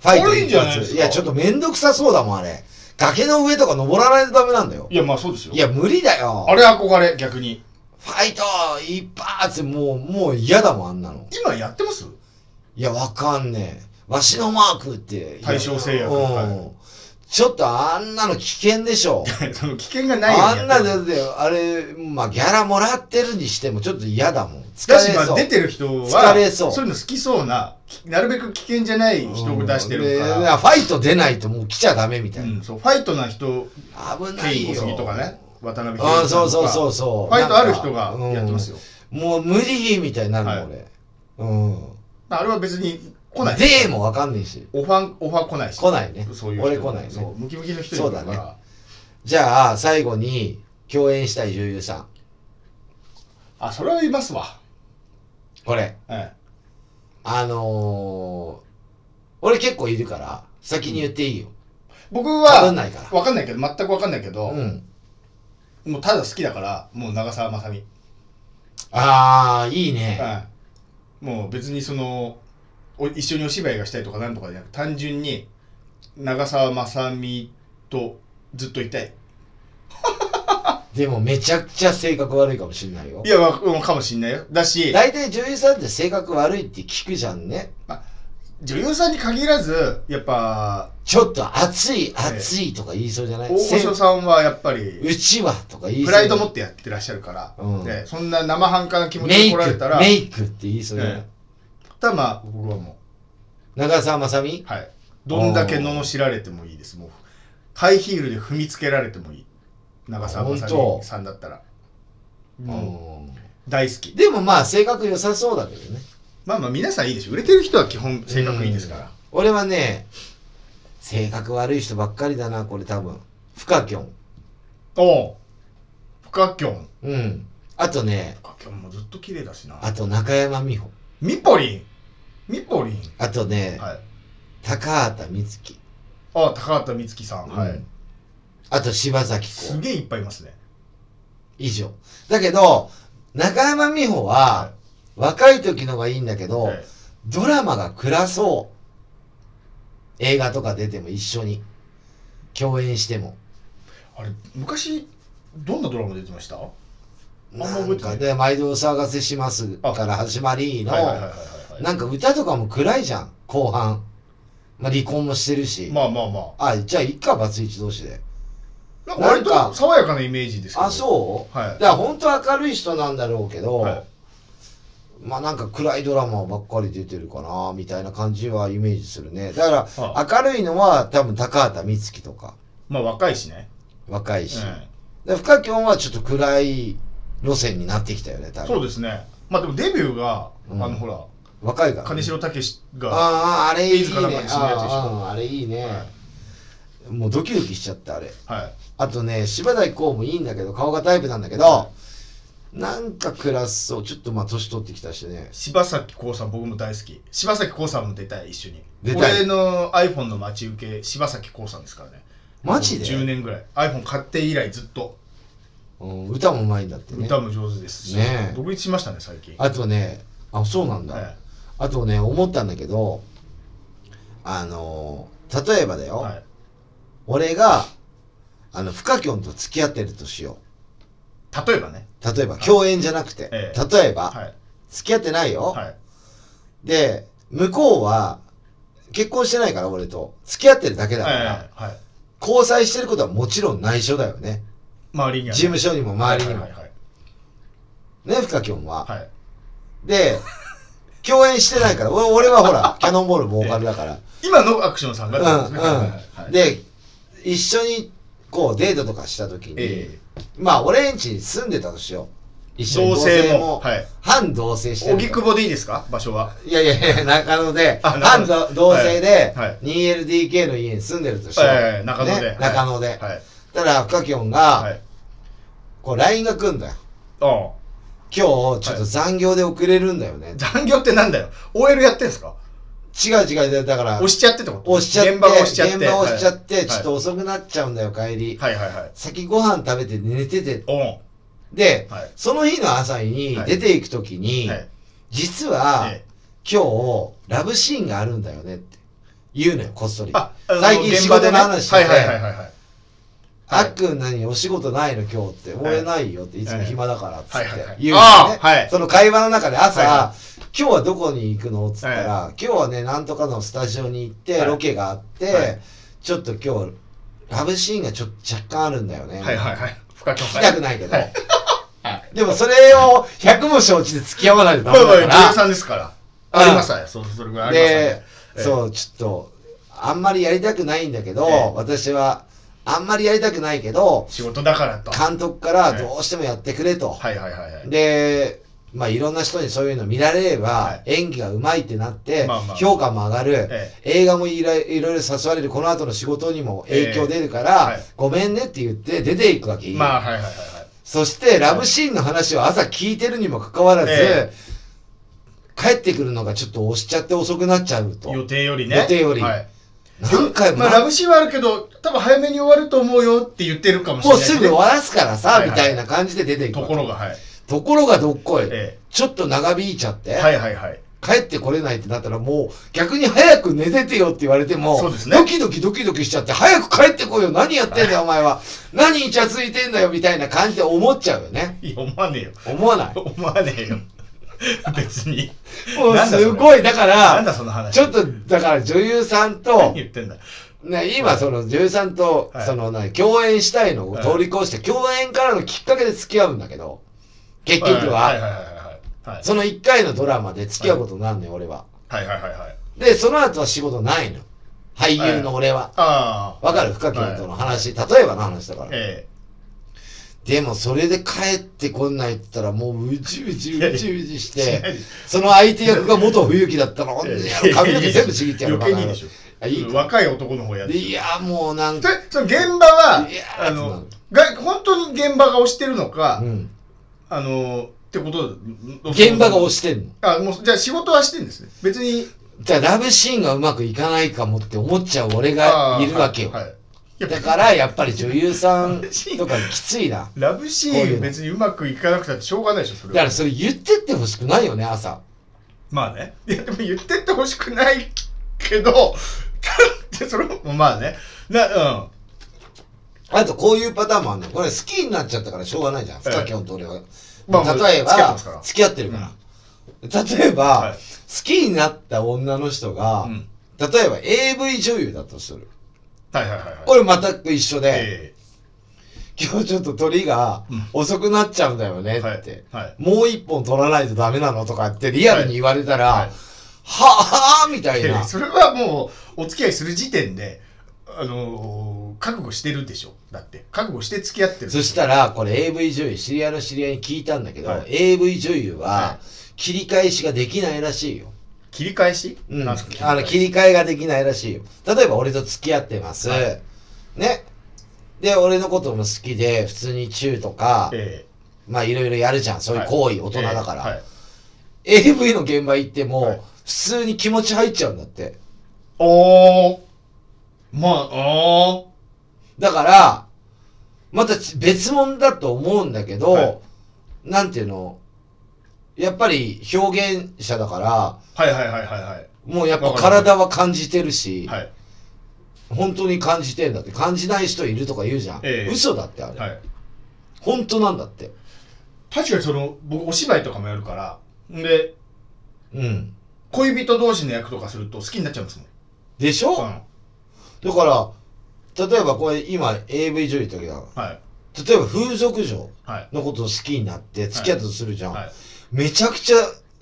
A: ファイト
B: あれいいんじゃないですか
A: や、ちょっとめんどくさそうだもん、あれ。崖の上とか登らないとダメなんだよ。
B: いやまあそうですよ
A: いや、無理だよ。
B: あれ憧れ逆に
A: ファイト一発もう、もう嫌だもん、あんなの。
B: 今やってます
A: いや、わかんねえ。わしのマークって。
B: 対象制約
A: うん
B: は
A: ちょっとあんなの危険でしょ。
B: その危険がないよ
A: あ
B: うに
A: ん
B: や
A: な
B: って
A: だ
B: る
A: って、あれ、まあ、ギャラもらってるにしても、ちょっと嫌だもん。疲
B: だ
A: れ
B: し、ま
A: そ
B: あ、
A: う。
B: 出てる人は
A: 疲れそう
B: そういうの好きそうなきなるべく危険じゃない人を出してるか
A: うんで
B: ら、
A: ファイト出ないともう来ちゃダメみた
B: う
A: い
B: ん
A: な。
B: そうファイトな人
A: 危な
B: ケ
A: い
B: イ
A: よ。
B: ン小杉とかね渡辺
A: あ
B: 裕
A: あ、
B: さん
A: そう
B: と
A: そう
B: か
A: そうそう。
B: ファイトある人
A: な
B: が
A: んか
B: やってますよ、。
A: うんもう無理みたいになるもん、
B: はい
A: 俺。うん。
B: あれは別に来ない
A: デーもわかんないし。
B: オファンオファー来ないし
A: 来ないね。
B: そういう人
A: 俺来ない
B: そう
A: ね。
B: ムキムキの人いるから
A: そうだじゃあ、最後に、共演したい女優さん。
B: あそれはいますわ、
A: これ。
B: え
A: あのー、俺結構いるから、先に言っていいよ。
B: え、僕
A: わ
B: は
A: かんないから。
B: わかんないけど全くわかんないけど、
A: うん。
B: もうただ好きだからもう長澤まさみ、
A: ああ、いいね。
B: はいもう別にそのお一緒にお芝居がしたいとかなんとかじゃなく単純に長澤まさみとずっといたい
A: でもめちゃくちゃ性格悪いかもしれないよ
B: い。やわうんかもしんないよだし
A: 大体女優さんって性格悪いって聞くじゃんね。
B: 女優さんに限らずやっぱ
A: ちょっと熱い、熱いとか言いそうじゃな
B: 大
A: い、
B: 御所さんはやっぱり
A: うちはとか言いそう。
B: プライド持ってやってらっしゃるから、
A: うん
B: でそんな生半可な気持ち
A: メ
B: で
A: イ
B: 来
A: ク
B: られたら、
A: メイクって言いそうじゃない、
B: えただまあ僕はも
A: 長澤まさみ
B: うはいどんだけ罵られてもいいですもうハイヒールで踏みつけられてもいい長澤まさ
A: 本
B: み
A: 当
B: さんだったら
A: う
B: もうん大好き
A: でもまあ性格良さそうだけどね。
B: まあまあ皆さんいいでしょ売れてる人は基本性格いいですから、
A: 俺はね、性格悪い人ばっかりだな、これ多分。フカキョン。
B: おうフカキョン
A: うん。あとね、
B: フカキョンもずっと綺麗だしな
A: あと中山美穂。
B: ミポリンミポリン
A: あとね、
B: はい
A: 高畑充希。
B: ああ高畑充希さん、
A: う
B: はい
A: んあと柴咲
B: す
A: コウ。
B: げえいっぱいいますね
A: 以上。だけど、中山美穂は
B: は、
A: 若い時のがいいんだけど、
B: はい
A: ドラマが暗そう。映画とか出ても一緒に。共演しても。
B: あれ昔どんなドラマ出てましたはんま
A: な
B: 覚え
A: ん
B: てない
A: かね、毎度お騒がせしますから始まり
B: い
A: の、
B: はいはいはいはい
A: なんか歌とかも暗いじゃん、後半。まあ、離婚もしてるし。
B: まあまあま
A: あ、じゃあ、一家バツイチ同士で。
B: あなんか割
A: なん
B: と
A: か
B: 爽やかなイメージですけど
A: あ、そう、
B: はい
A: だから、本当明るい人なんだろうけど、
B: はい
A: まあ、なんか暗いドラマばっかり出てるかな、みたいな感じはイメージするね。だか
B: あ
A: ら、明るいのは多分高畑充希とか、
B: まあ若いしね、
A: 若いし。
B: え
A: で、深きょんはちょっと暗い路線になってきたよね、多分。
B: えそうですねまあでもデビューが、
A: うん
B: あのほら
A: 若いから、
B: 金城武が
A: ああ、あれいいね。
B: 飯塚なんかに死ぬやつでしょ
A: あーあーあれいいね、
B: は
A: もうドキドキしちゃった、あれ。
B: はい
A: あとね、柴咲コウもいいんだけど、顔がタイプなんだけ
B: は
A: ど、なんか暗そう。ちょっとまあ、年取ってきたしね。
B: 柴咲コウさん僕も大好き柴咲コウさんも出たい一緒に
A: 出たい
B: 俺の iPhone の待ち受け柴咲コウさんですからね
A: マジで、
B: 10年ぐらい iPhone 買って以来ずっと
A: うん、歌もうまいんだってね。
B: 歌も上手ですし、
A: ねえ
B: 独立しましたね最近
A: あとね、あ、そうなんだ。
B: は
A: あとね、思ったんだけど、あのー例えばだよ、
B: い、はい、
A: 俺が、あの、フカキョンと付き合ってるとしよ
B: 例えばね
A: う。例えば、共演じゃなくて、
B: え
A: 例えば、
B: はい
A: 付き合ってないよ、
B: はい
A: で、向こうは、結婚してないから、俺と。付き合ってるだけだから、
B: はいはい
A: 交際してることはもちろん内緒だよね。
B: 周りには
A: 事
B: ね
A: 務所にも周りにも。
B: はいはい
A: ね、深きょんは。
B: はいはい
A: で、共演してないから、俺俺はほら、キャノンボールボーカルだ から。
B: 今のアクションさんがってことですねはいはい
A: うん
B: は
A: う
B: い
A: ん。で、一緒に、こう、デートとかした時に、
B: え
A: まあ、俺ん家に住んでたとしよう。一緒に
B: 同棲もはい
A: 反同棲して
B: え
A: る
B: 荻
A: から。
B: 窪でいいですか場所はい
A: やいやいや、中野で、
B: あ中
A: 反
B: 野
A: 同同棲で、
B: はいはい
A: 2LDK の家に住んでるとしよう。
B: ええ中野で
A: ね
B: はい
A: 中野で。
B: はい
A: たら、深きょんが、
B: はい
A: こう、LINE が来るんだよ。
B: ああ
A: 今日、ちょっと残業で遅れるんだよね。
B: 残業ってなんだよ OL やってんすか
A: 違う違う、だから、
B: 押しちゃってってこと
A: 押しちゃって、
B: 現場を押しちゃって
A: 現場押しちゃって
B: はい
A: ちょっと遅くなっちゃうんだよ、帰り。
B: はいはいはい
A: 先ご飯食べて寝てて。
B: おん
A: で、
B: はい
A: その日の朝に
B: はい
A: 出ていくときに、
B: はい
A: 実は、
B: ええ
A: 今日、ラブシーンがあるんだよねって言うのよ、こっそり。
B: ああの
A: 最近
B: 現
A: 仕
B: 場で
A: 事
B: ね
A: の話してて、
B: はいはいはいはいはいはい
A: あっくん何お仕事ないの今日って、
B: い
A: 俺ないよっていつも暇だからっつ
B: は
A: っ
B: いはい
A: て
B: はい
A: 言うの
B: あ
A: ね
B: あはい
A: その会話の中で朝、
B: はいは
A: 今日はどこに行くのっつったら、
B: は
A: 今日はねなんとかのスタジオに行って、
B: はい
A: ロケがあって、
B: はい
A: ちょっと今日ラブシーンがちょっと若干あるんだよね、
B: はいはいはい深く
A: 聞きたくないけど、
B: はい
A: でもそれを100も承知で付き合わないとダ
B: まあ
A: メだ
B: まあ
A: から、
B: 13ですか
A: う
B: ら
A: ん
B: ありましたねそうそれぐらいありました
A: で
B: ね、ええ
A: そうちょっとあんまりやりたくないんだけど、
B: ええ
A: 私はあんまりやりたくないけど
B: 仕事だからとは
A: 監督からどうしてもやってくれと、
B: いはいはいはい
A: でまあいろんな人にそういうの見られれば、
B: は
A: 演技がうまいってなって、
B: まあまあ
A: 評価も上がる、
B: え
A: 映画もいろいろいろ誘われるこの後の仕事にも影響出るから、
B: ええはい
A: ごめんねって言って出ていくわけ、
B: まあはいはいはいはい
A: そしてラブシーンの話を朝聞いてるにもかかわらず、
B: え
A: 帰ってくるのがちょっと押しちゃって遅くなっちゃうと
B: 予定よりね
A: 予定より
B: はい
A: 何回も
B: まあラブシーンはあるけど多分早めに終わると思うよって言ってるかもしれ
A: もう
B: ないです
A: す
B: ね
A: ぐ終わらすからさ、
B: はいはい
A: みたいな感じで出ていく
B: と
A: わ
B: こ
A: け
B: ろがはい
A: ところがどっこい、
B: え
A: ちょっと長引いちゃって、
B: えはいはいはい
A: 帰ってこれないってなったらもう逆に早く寝ててよって言われても、
B: そうですね
A: ドキドキドキドキしちゃって早く帰ってこいよ何やってんだよお前は何イチャついてんだよみたいな感じで思っちゃうよね
B: いや思わねえよ
A: 思わない
B: 思わねえ よ別に
A: もう
B: なんだそれ
A: すごいだか
B: なんだ
A: ら
B: その話
A: ちょっとだから女優さん
B: 何
A: と、
B: 言ってんだ
A: ね、今その女優さんと、
B: はい
A: その何共演したいのを通り越して、共演からのきっかけで付き合うんだけど結局は、
B: いはいはいはいはい
A: その1回のドラマで付き合うことになんねん、俺は。
B: はいはいはいはい
A: で、その後は仕事ないの。俳優の俺は。
B: ああ
A: わかる深木君との話、例えばの話だから。
B: え
A: でも、それで帰ってこんないって言ったら、もううじうじ
B: いや
A: うじうじし
B: え違
A: て、
B: う
A: その相手役が元冬木だったら、ほんで
B: い
A: や
B: や
A: ろ
B: いや
A: 髪の毛全部ちぎってやる
B: 余計にでしょ
A: あいいか
B: 若い男の方やって
A: でいや、もうなん
B: で
A: か、
B: その現場はい
A: やーつま
B: あの
A: ん
B: が本当に現場が押してるのか、
A: うん。
B: あのってこと
A: 現場が押
B: し
A: してんの。
B: あもうじゃあ仕事はしてんですね別に
A: じゃあ、ラブシーンがうまくいかないかもって思っちゃう俺が
B: あー
A: いるわけよ。
B: はいはいいや
A: だから、やっぱり女優さんとかきつい な。
B: ラブシ
A: こうい
B: ー
A: う
B: ン
A: の
B: 別にうまくいかなくたってしょうがないでしょそれ
A: だから
B: は
A: それ言ってってほしくないよね、朝。
B: まあねいやでも言ってってほしくないけど だってそれもまあねなうん
A: あとこういうパターンもあるのよこれ好きになっちゃったからしょうがないじゃん。
B: ええ
A: 深きょんと俺は。
B: まあまあ
A: 例え
B: 付き合って
A: ば
B: ますか、ら
A: 付き合ってるから。例えば、
B: はい
A: 好きになった女の人が、
B: うん
A: 例えば AV 女優だとする。
B: はいはいはいはい
A: 俺全く一緒で、
B: え
A: 今日ちょっと鳥が
B: うん
A: 遅くなっちゃうんだよね
B: え
A: って。
B: はいはい
A: もう一本取らないとダメなのとかってリアルに言われたら、は
B: はい
A: はぁみたい
B: いや
A: な。
B: それはもうお付き合いする時点であのー覚悟してるでしょだって覚悟して付き合ってる
A: そしたら、これ AV 女優、知り合いの知り合いに聞いたんだけど、
B: はい
A: AV 女優は
B: は
A: 切り返しができないらしいよ。
B: 切り返し、
A: うん。
B: な
A: あ
B: んすか
A: の、切り替えができないらしいよ。例えば俺と付き合ってます。
B: は
A: ね。で、俺のことも好きで、普通にチューとか、
B: え
A: まあいろいろやるじゃん。そういう行為、
B: え
A: 大人だから、
B: ええはい
A: AV の現場行っても、
B: はい
A: 普通に気持ち入っちゃうんだって。
B: おーまあお
A: だから、またち別物だと思うんだけど、
B: はい
A: なんていうの、やっぱり表現者だから、
B: ーはいはいはいはいはい
A: もうやっぱ
B: わかるわかる
A: 体は感じてるし、
B: はい
A: 本当に感じてんだって、感じない人いるとか言うじゃん。
B: ええ
A: 嘘だってあれ、
B: はい
A: 本当なんだって。
B: 確かにその僕お芝居とかもやるからんで
A: うん。
B: 恋人同士の役とかすると好きになっちゃうんですもん
A: でしょ、
B: うん
A: だから、例えばこれ今 AV 女優だけど、
B: はい
A: 例えば風俗嬢
B: はい
A: のことを好きになって付き合ったとするじゃん。
B: はい
A: めちゃくちゃ、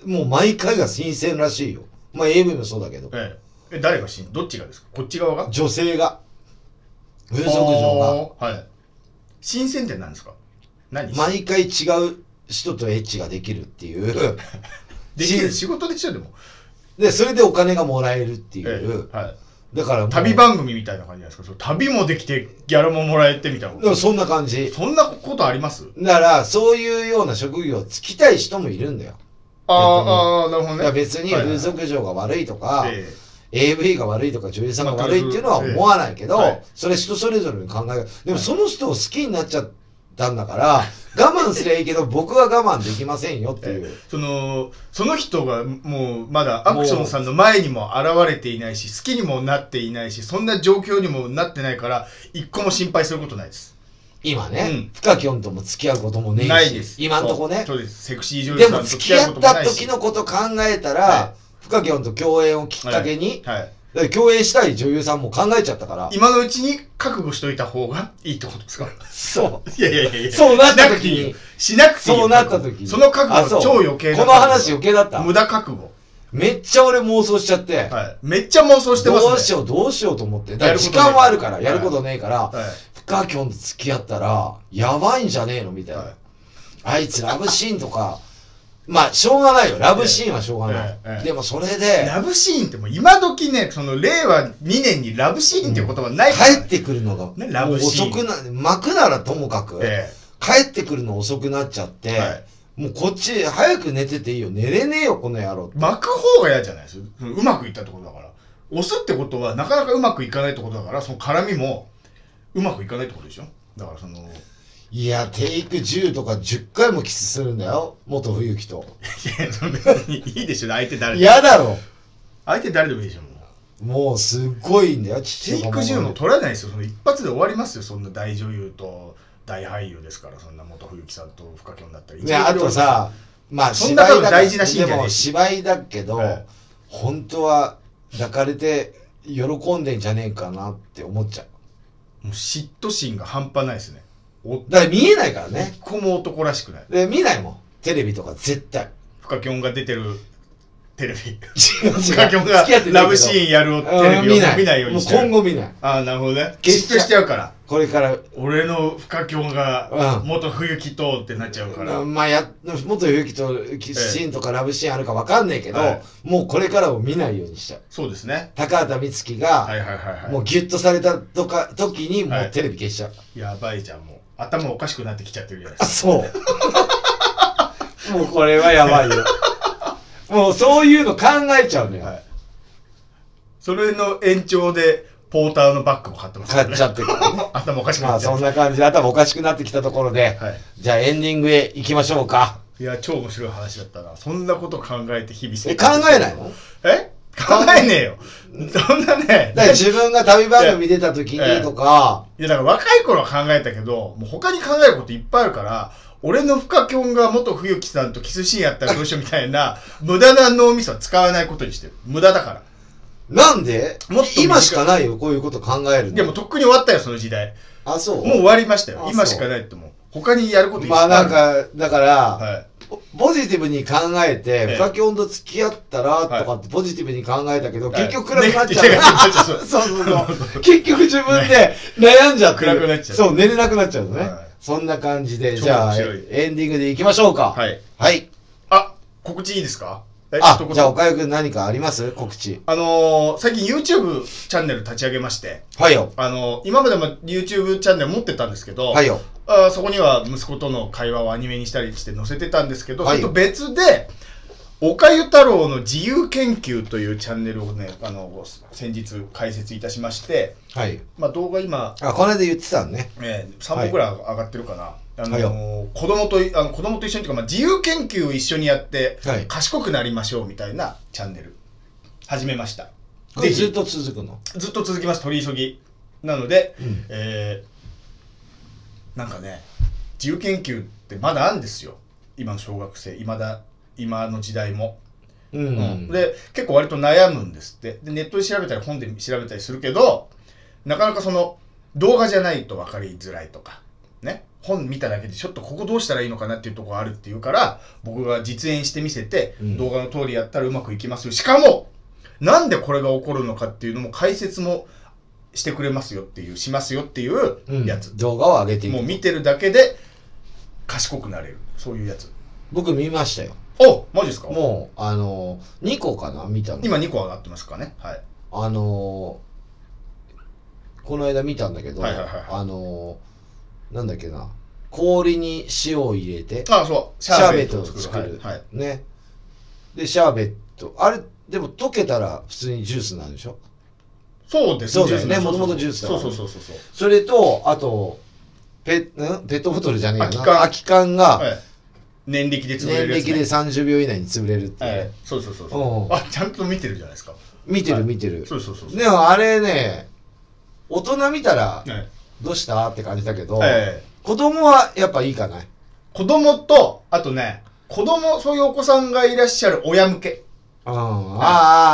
A: もう毎回が新鮮らしいよ。まあ AV もそうだけど。
B: えええ誰が死んどっちがですかこっち側が
A: 女性が風俗嬢が
B: がはい新鮮って何ですか何
A: 毎回違う人とエッチができるって いう
B: できる
A: し
B: 仕事でしょでも、
A: でそれでお金がもらえるってい
B: え
A: う
B: えはい、
A: だからもう
B: 旅番組みたいな感じじゃないですかその旅もできてギャラももらえてみたいな
A: で
B: こ
A: もそんな感
B: と
A: じ
B: そんなことあります
A: だからそういうような職業をつきたい人もいるんだよ
B: あーあーなるほ
A: だか
B: どね
A: ら別に
B: はいは
A: 風
B: い
A: 俗嬢が悪いとか、
B: ええ
A: AV が悪いとか女優さんが悪いっていうのは思わないけど、
B: まあはい
A: それ人それぞれの考えがでもその人を好きになっちゃったんだから我慢すりゃいいけど僕は我慢できませんよっていう。
B: そのその人がもうまだアクションさんの前にも現れていないし好きにもなっていないしそんな状況にもなってないから一個も心配することないです
A: 今ね、
B: うん
A: 深き音とも付き合うこともねえし
B: ないです。
A: 今んとこね
B: そうそうです。セクシー女優
A: で
B: さ
A: も
B: んと
A: 付
B: 付
A: き
B: き合う
A: 合
B: こ
A: っ
B: とも
A: た
B: ないし
A: 時。のこと考えたら、
B: は
A: 深き音と共演をきっかけに、
B: はい。
A: だから共演したい女優さんも考えちゃったから
B: 今のうちに覚悟しといた方がいいってことです か
A: そう
B: いやいやいやいや。
A: そうなった時に
B: しなくていい。
A: そうなった時に
B: その覚
A: あそ
B: 悟
A: う
B: 超余計
A: この話余計だった
B: 無駄覚悟。
A: めっちゃ俺妄想しちゃって、
B: はい。めっちゃ妄想してますね。
A: どうしようどうしようと思ってだか
B: や
A: ら
B: るこ
A: 時
B: とねえ
A: 間はあるからやることねえから、
B: はい。
A: 深き音と付き合ったらやばいんじゃねえのみたいな、
B: はい
A: あいつラブシーンとかまあしょうがないよラブシーンはしょうがない、
B: ええええ
A: でもそれで
B: ラブシーンってもう今時ね、その令和2年にラブシーンっていう言葉ないからね
A: 帰ってくるのが
B: ねラブシーン
A: もう遅くな巻くならともかく、
B: え
A: 帰ってくるの遅くなっちゃって、
B: えはい。
A: もうこっち早く寝てていいよ寝れねえよこの野郎
B: 巻く方が嫌じゃないですそのうまくいったってことだから。押すってことはなかなかうまくいかないってことだから、その絡みもうまくいかないってことでしょだからそ の、
A: いやテイク10とか10回もキスするんだよ元冬樹と
B: いやその別にいいでしょ、相手誰でも。
A: 嫌だろ
B: 相手誰でもいいでしょ、もう。
A: もうすっごいんだよ父
B: テイク10も取らないですよ、その一発で終わりますよ、そんな大女優と大俳優ですから、そんな元冬樹さんと深きだったり。
A: ねあと、さまあ
B: そんな多分大事なシーンじ
A: で
B: ゃねえ
A: も芝居だけど、
B: はい
A: 本当は抱かれて喜んでんじゃねえかなって思っちゃう
B: もう嫉妬心が半端ないですね。お
A: だから見えないからね
B: 一個も男らしくない。
A: で見ないもんテレビとか絶 対
B: 深きが出てるテレビ。
A: 違う違う
B: 深きがラブシーンやるをテレ
A: うん
B: ビ
A: 見
B: を
A: ない
B: 見ないようにして
A: もう今
B: る。
A: 後見ない
B: ああ、なるほどね。
A: 消しち
B: 嫉
A: ゃう
B: 妬しちゃうから。
A: これから
B: 俺の深きが
A: うん
B: 元冬樹とってなっちゃうから。
A: うんまあや元勇気とキスシーンとかラブシーンあるかわかんないけど、
B: はい
A: もうこれからを見ないようにしちゃう
B: そうですね。
A: 高畑充希
B: は
A: が
B: いはいはいはい。
A: もうギュッとされたとか時にも
B: は
A: う
B: い
A: テレビ消しちゃう、
B: やばいじゃん、もう。頭おかしくなってきちゃってるじゃないです
A: あ
B: か。
A: そう もうこれはやばいよもうそういうの考えちゃうのよ、
B: はいそれの延長で、ポーターのバッグを買ってます、ね。
A: 買っちゃってるからね
B: 頭おかしく
A: ま
B: な
A: あ
B: っちゃ
A: そ。
B: うん
A: な感じで頭おかしくなってきたところで、
B: はい
A: じゃあエンディングへ行きましょうか
B: いや、超面白い話だったな。そんなこと考えて日々
A: え
B: 生
A: 考
B: 活
A: えないの
B: え考えねえよ。そんなね。
A: だから自分が旅番組出た時にとか、
B: いや、だから若い頃は考えたけど、もう他に考えることいっぱいあるから、俺の深き音が元冬木さんとキスシーンやったらどうしようみたいな、 無駄な脳みそは使わないことにしてる。無駄だから。
A: なんで
B: もっと短い
A: 今しかないよ、こういうこと考えるの。
B: でもとっくに終わったよ、その時代。
A: あ、そう
B: もう終わりました
A: あ
B: よ
A: そ。う
B: 今しかないってもう。他にやることいっ
A: ま
B: ぱい
A: あ
B: あ
A: な
B: る。
A: んか、だから、
B: はい。
A: ポジティブに考えて、
B: ええ
A: 深き温度付き合ったらとかってポジティブに考えたけど、結局暗くなっちゃ
B: はいい
A: そう そうそう。結局自分で悩んじゃってる。
B: 暗くなっちゃう
A: そう、寝れなくなっちゃうのね。
B: はい
A: そんな感じで、
B: 超
A: じゃ
B: 面
A: あ、
B: 白い
A: エンディングでいきましょうか。
B: はい。
A: はい。
B: あ、告知いいですかえ
A: あ
B: 一、言
A: じゃあ、岡井くん何かあります告知。
B: あのー最近 YouTube チャンネル立ち上げまして、
A: はいよ。
B: あのー今までも YouTube チャンネル持ってたんですけど、
A: はいよ。
B: あーそこには息子との会話をアニメにしたりして載せてたんですけど、
A: はい
B: それと別で、岡ゆ太郎の自由研究というチャンネルをね、あのー先日開設いたしまして、
A: はい。
B: まあ、動画今、
A: あ、この間言ってたのね。
B: えー、3本ぐらい上がってるかな。あの
A: はい
B: ー子供といあの子供と一緒にというか、まあ、自由研究を一緒にやって、
A: はい
B: 賢くなりましょうみたいなチャンネル始めました
A: こ
B: ぜ
A: れ
B: ひ
A: ずっと続くの。
B: ずっと続きます取り急ぎなので、
A: うん
B: えーなんかね自由研究ってまだあるんですよ今の小学生今だ今の時代も、
A: う。
B: うんで結構割と悩むんですってでネットで調べたり本で調べたりするけどなかなかその動画じゃないと分かりづらいとかね本見ただけでちょっとここどうしたらいいのかなっていうところあるっていうから僕が実演してみせて、
A: うん
B: 動画の通りやったらうまくいきますよしかもなんでこれが起こるのかっていうのも解説もしてくれますよっていうしますよっていう
A: うん
B: やつ、
A: 動画を上げてい
B: もう
A: く。
B: 見てるだけで賢くなれるそういうやつ
A: 僕見ましたよ。
B: おマジですか
A: もう、あの、2個かな見たの。
B: 今2個上がってますかねはい
A: あのーこの間見たんだけど、
B: はいはいはいはい
A: あのーなんだっけな、氷に塩を入れて、
B: あそう
A: シャーベットを作る。
B: はい、はい
A: ね。で、シャーベット。あれ、でも溶けたら普通にジュースなんでしょ
B: そうです
A: そうだよね
B: ジュースの
A: もともとジュースだ
B: そ
A: か
B: う
A: ら
B: そうそうそうそう
A: それと、あと、ペんペットボトルじゃねえよな。
B: 空き缶
A: 空き缶
B: は
A: が
B: い年力で潰れ
A: 年
B: るやつ、ね、
A: 歴で30秒以内に潰れるっていうね、
B: はいそうそうそう
A: お
B: そううあちゃんと見てるじゃないですか
A: 見て
B: は
A: る
B: い
A: 見てる。
B: そうそうそうそう
A: でもあれね、大人見たら
B: はい
A: どうしたって感じだけど、
B: え
A: 子供はやっぱいいかない
B: 子供と、あとね、子供、そういうお子さんがいらっしゃる親向け。
A: あー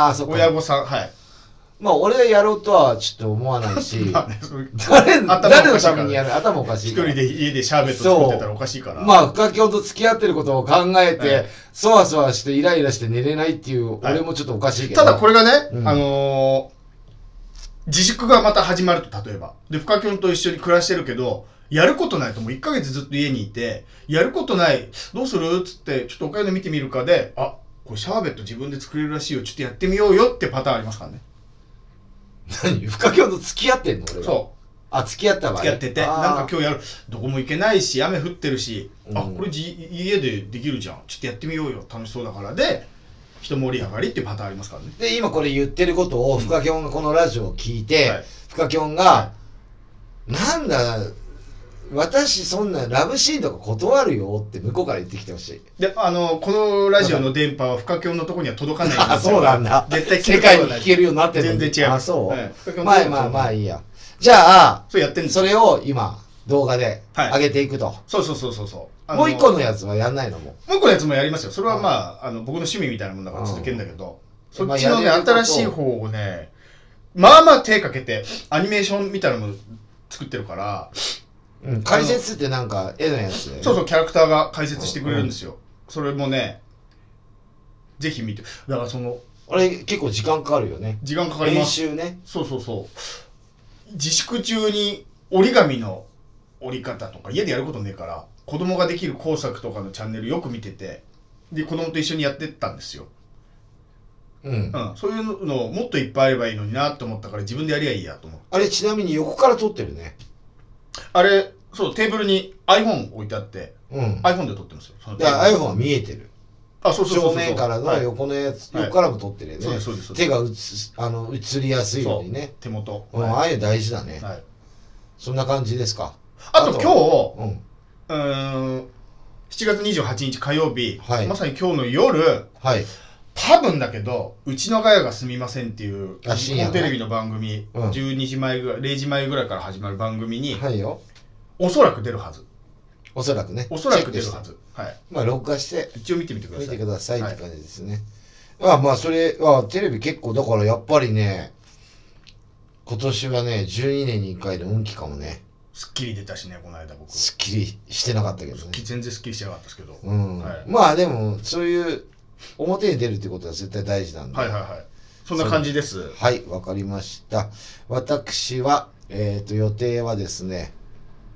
A: あー、そこ。
B: 親御さん、はい。
A: まあ、俺がやろうとはちょっと思わないし、
B: まあねそういう
A: 誰
B: 頭おかしいから
A: 誰のためにやる頭おかし
B: 一
A: いか
B: 人
A: ら。
B: で家でシャーベット作ってたらおかしいから。
A: まあ、深きと付き合ってることを考えて、
B: ええ
A: そわそわしてイライラして寝れないっていう、
B: はい
A: 俺もちょっとおかしいけど。
B: ただこれがね、
A: うん
B: あのー自粛がまた始まると、例えば。で、深きと一緒に暮らしてるけど、やることないともう1ヶ月ずっと家にいて、やることない、どうするっつって、ちょっとお金見てみるかで、あ、これシャーベット自分で作れるらしいよ、ちょっとやってみようよってパターンありますからね。
A: 何深きと付き合ってんの俺が。
B: そう。
A: あ、付き合った場合。
B: 付き合ってて、
A: あー
B: なんか今日やる、どこも行けないし、雨降ってるし、あ、
A: うん
B: これじ家でできるじゃん。ちょっとやってみようよ。楽しそうだから。で、一盛り上がりっていうパターンありますからね。
A: で、今これ言ってることを、深きがこのラジオを聞いて、
B: はい
A: 深きが、
B: は
A: なんだ、私そんなラブシーンとか断るよって向こうから言ってきてほしい。
B: で、あの、このラジオの電波は深京のとこには届かないんですよ
A: あ、そうなんだ。
B: 絶対
A: 世界に聞けるようになってる
B: 全然違う。
A: あ、そう。
B: はい深京の
A: ま
B: とこ
A: あ
B: に
A: まあまあ
B: 届かない
A: いや。じゃあ、
B: そうやってんです
A: それを今、動画で
B: はい
A: 上げていくと。
B: そうそうそうそうそう。あの
A: もう一個のやつはやんないのもう。
B: もう一個のやつもやりますよ。それはまあ、あの、僕の趣味みたいなもんだから
A: うん
B: 続けるんだけど、そ
A: まあ
B: っちのね、
A: やれること
B: 新しい方をね、まあまあ手かけて、アニメーションみたいなのも作ってるから、
A: うん、解説ってなんか絵のやつで。
B: そうそう、キャラクターが解説してくれるんですよ。それもね、ぜひ見て。だからその、
A: あれ結構時間かかるよね。
B: 時間かかりま
A: 練
B: す。
A: 習ね。
B: そうそうそう。自粛中に折り紙の折り方とか家でやることねえから、子供ができる工作とかのチャンネルよく見てて、で、子供と一緒にやってったんですよ。
A: うん。
B: うん。そういうのをもっといっぱいあればいいのになと思ったから自分でやりゃいいやと思って。
A: あれちなみに横から撮ってるね。
B: あれ、そう、テーブルに iPhone 置いてあって、
A: うん。
B: iPhone で撮ってますよ。その
A: だから iPhone は見えてる。
B: あ、そうそうそうそう。
A: 正面からの
B: はい
A: 横のやつ、
B: はい
A: 横からも撮ってるよね。
B: そうですそうですそうです
A: 手が映す、あの、映りやすいようにね。
B: 手元。
A: うん、あ
B: は
A: あいうの大事だね
B: い。。はい
A: そんな感じですか。
B: あと今日、
A: うん。
B: うーん7月28日火曜日、
A: はい
B: まさに今日の夜
A: はい。
B: 多分だけど「うちのガヤがすみません」っていう
A: あ
B: 日
A: 深夜
B: 本
A: の
B: テレビの番組、
A: うん
B: 12時前ぐらい0時前ぐらいから始まる番組に、
A: はいよ。
B: おそらく出るはず
A: おそらくね。
B: おそら
A: チェック
B: く出る
A: して
B: はず、はい、
A: まあ、録画して
B: 一応見てみてくださ
A: 見
B: い
A: てくださいっ
B: は
A: て感じですね。あまあ、それはテレビ結構、だからやっぱりね、今年はね、12年に1回の運気かもね、
B: すっきり出たしねこの間僕す
A: すっきりしてなかったけど
B: っ
A: ね
B: き。り全然すっきりしてなかったですけど、
A: うん。
B: はい
A: まあ、でも、そういう、表に出るってことは絶対大事なんで。
B: はいはいはいそんな感じです
A: はい、わかりました。私は、えっ、と、予定はですね、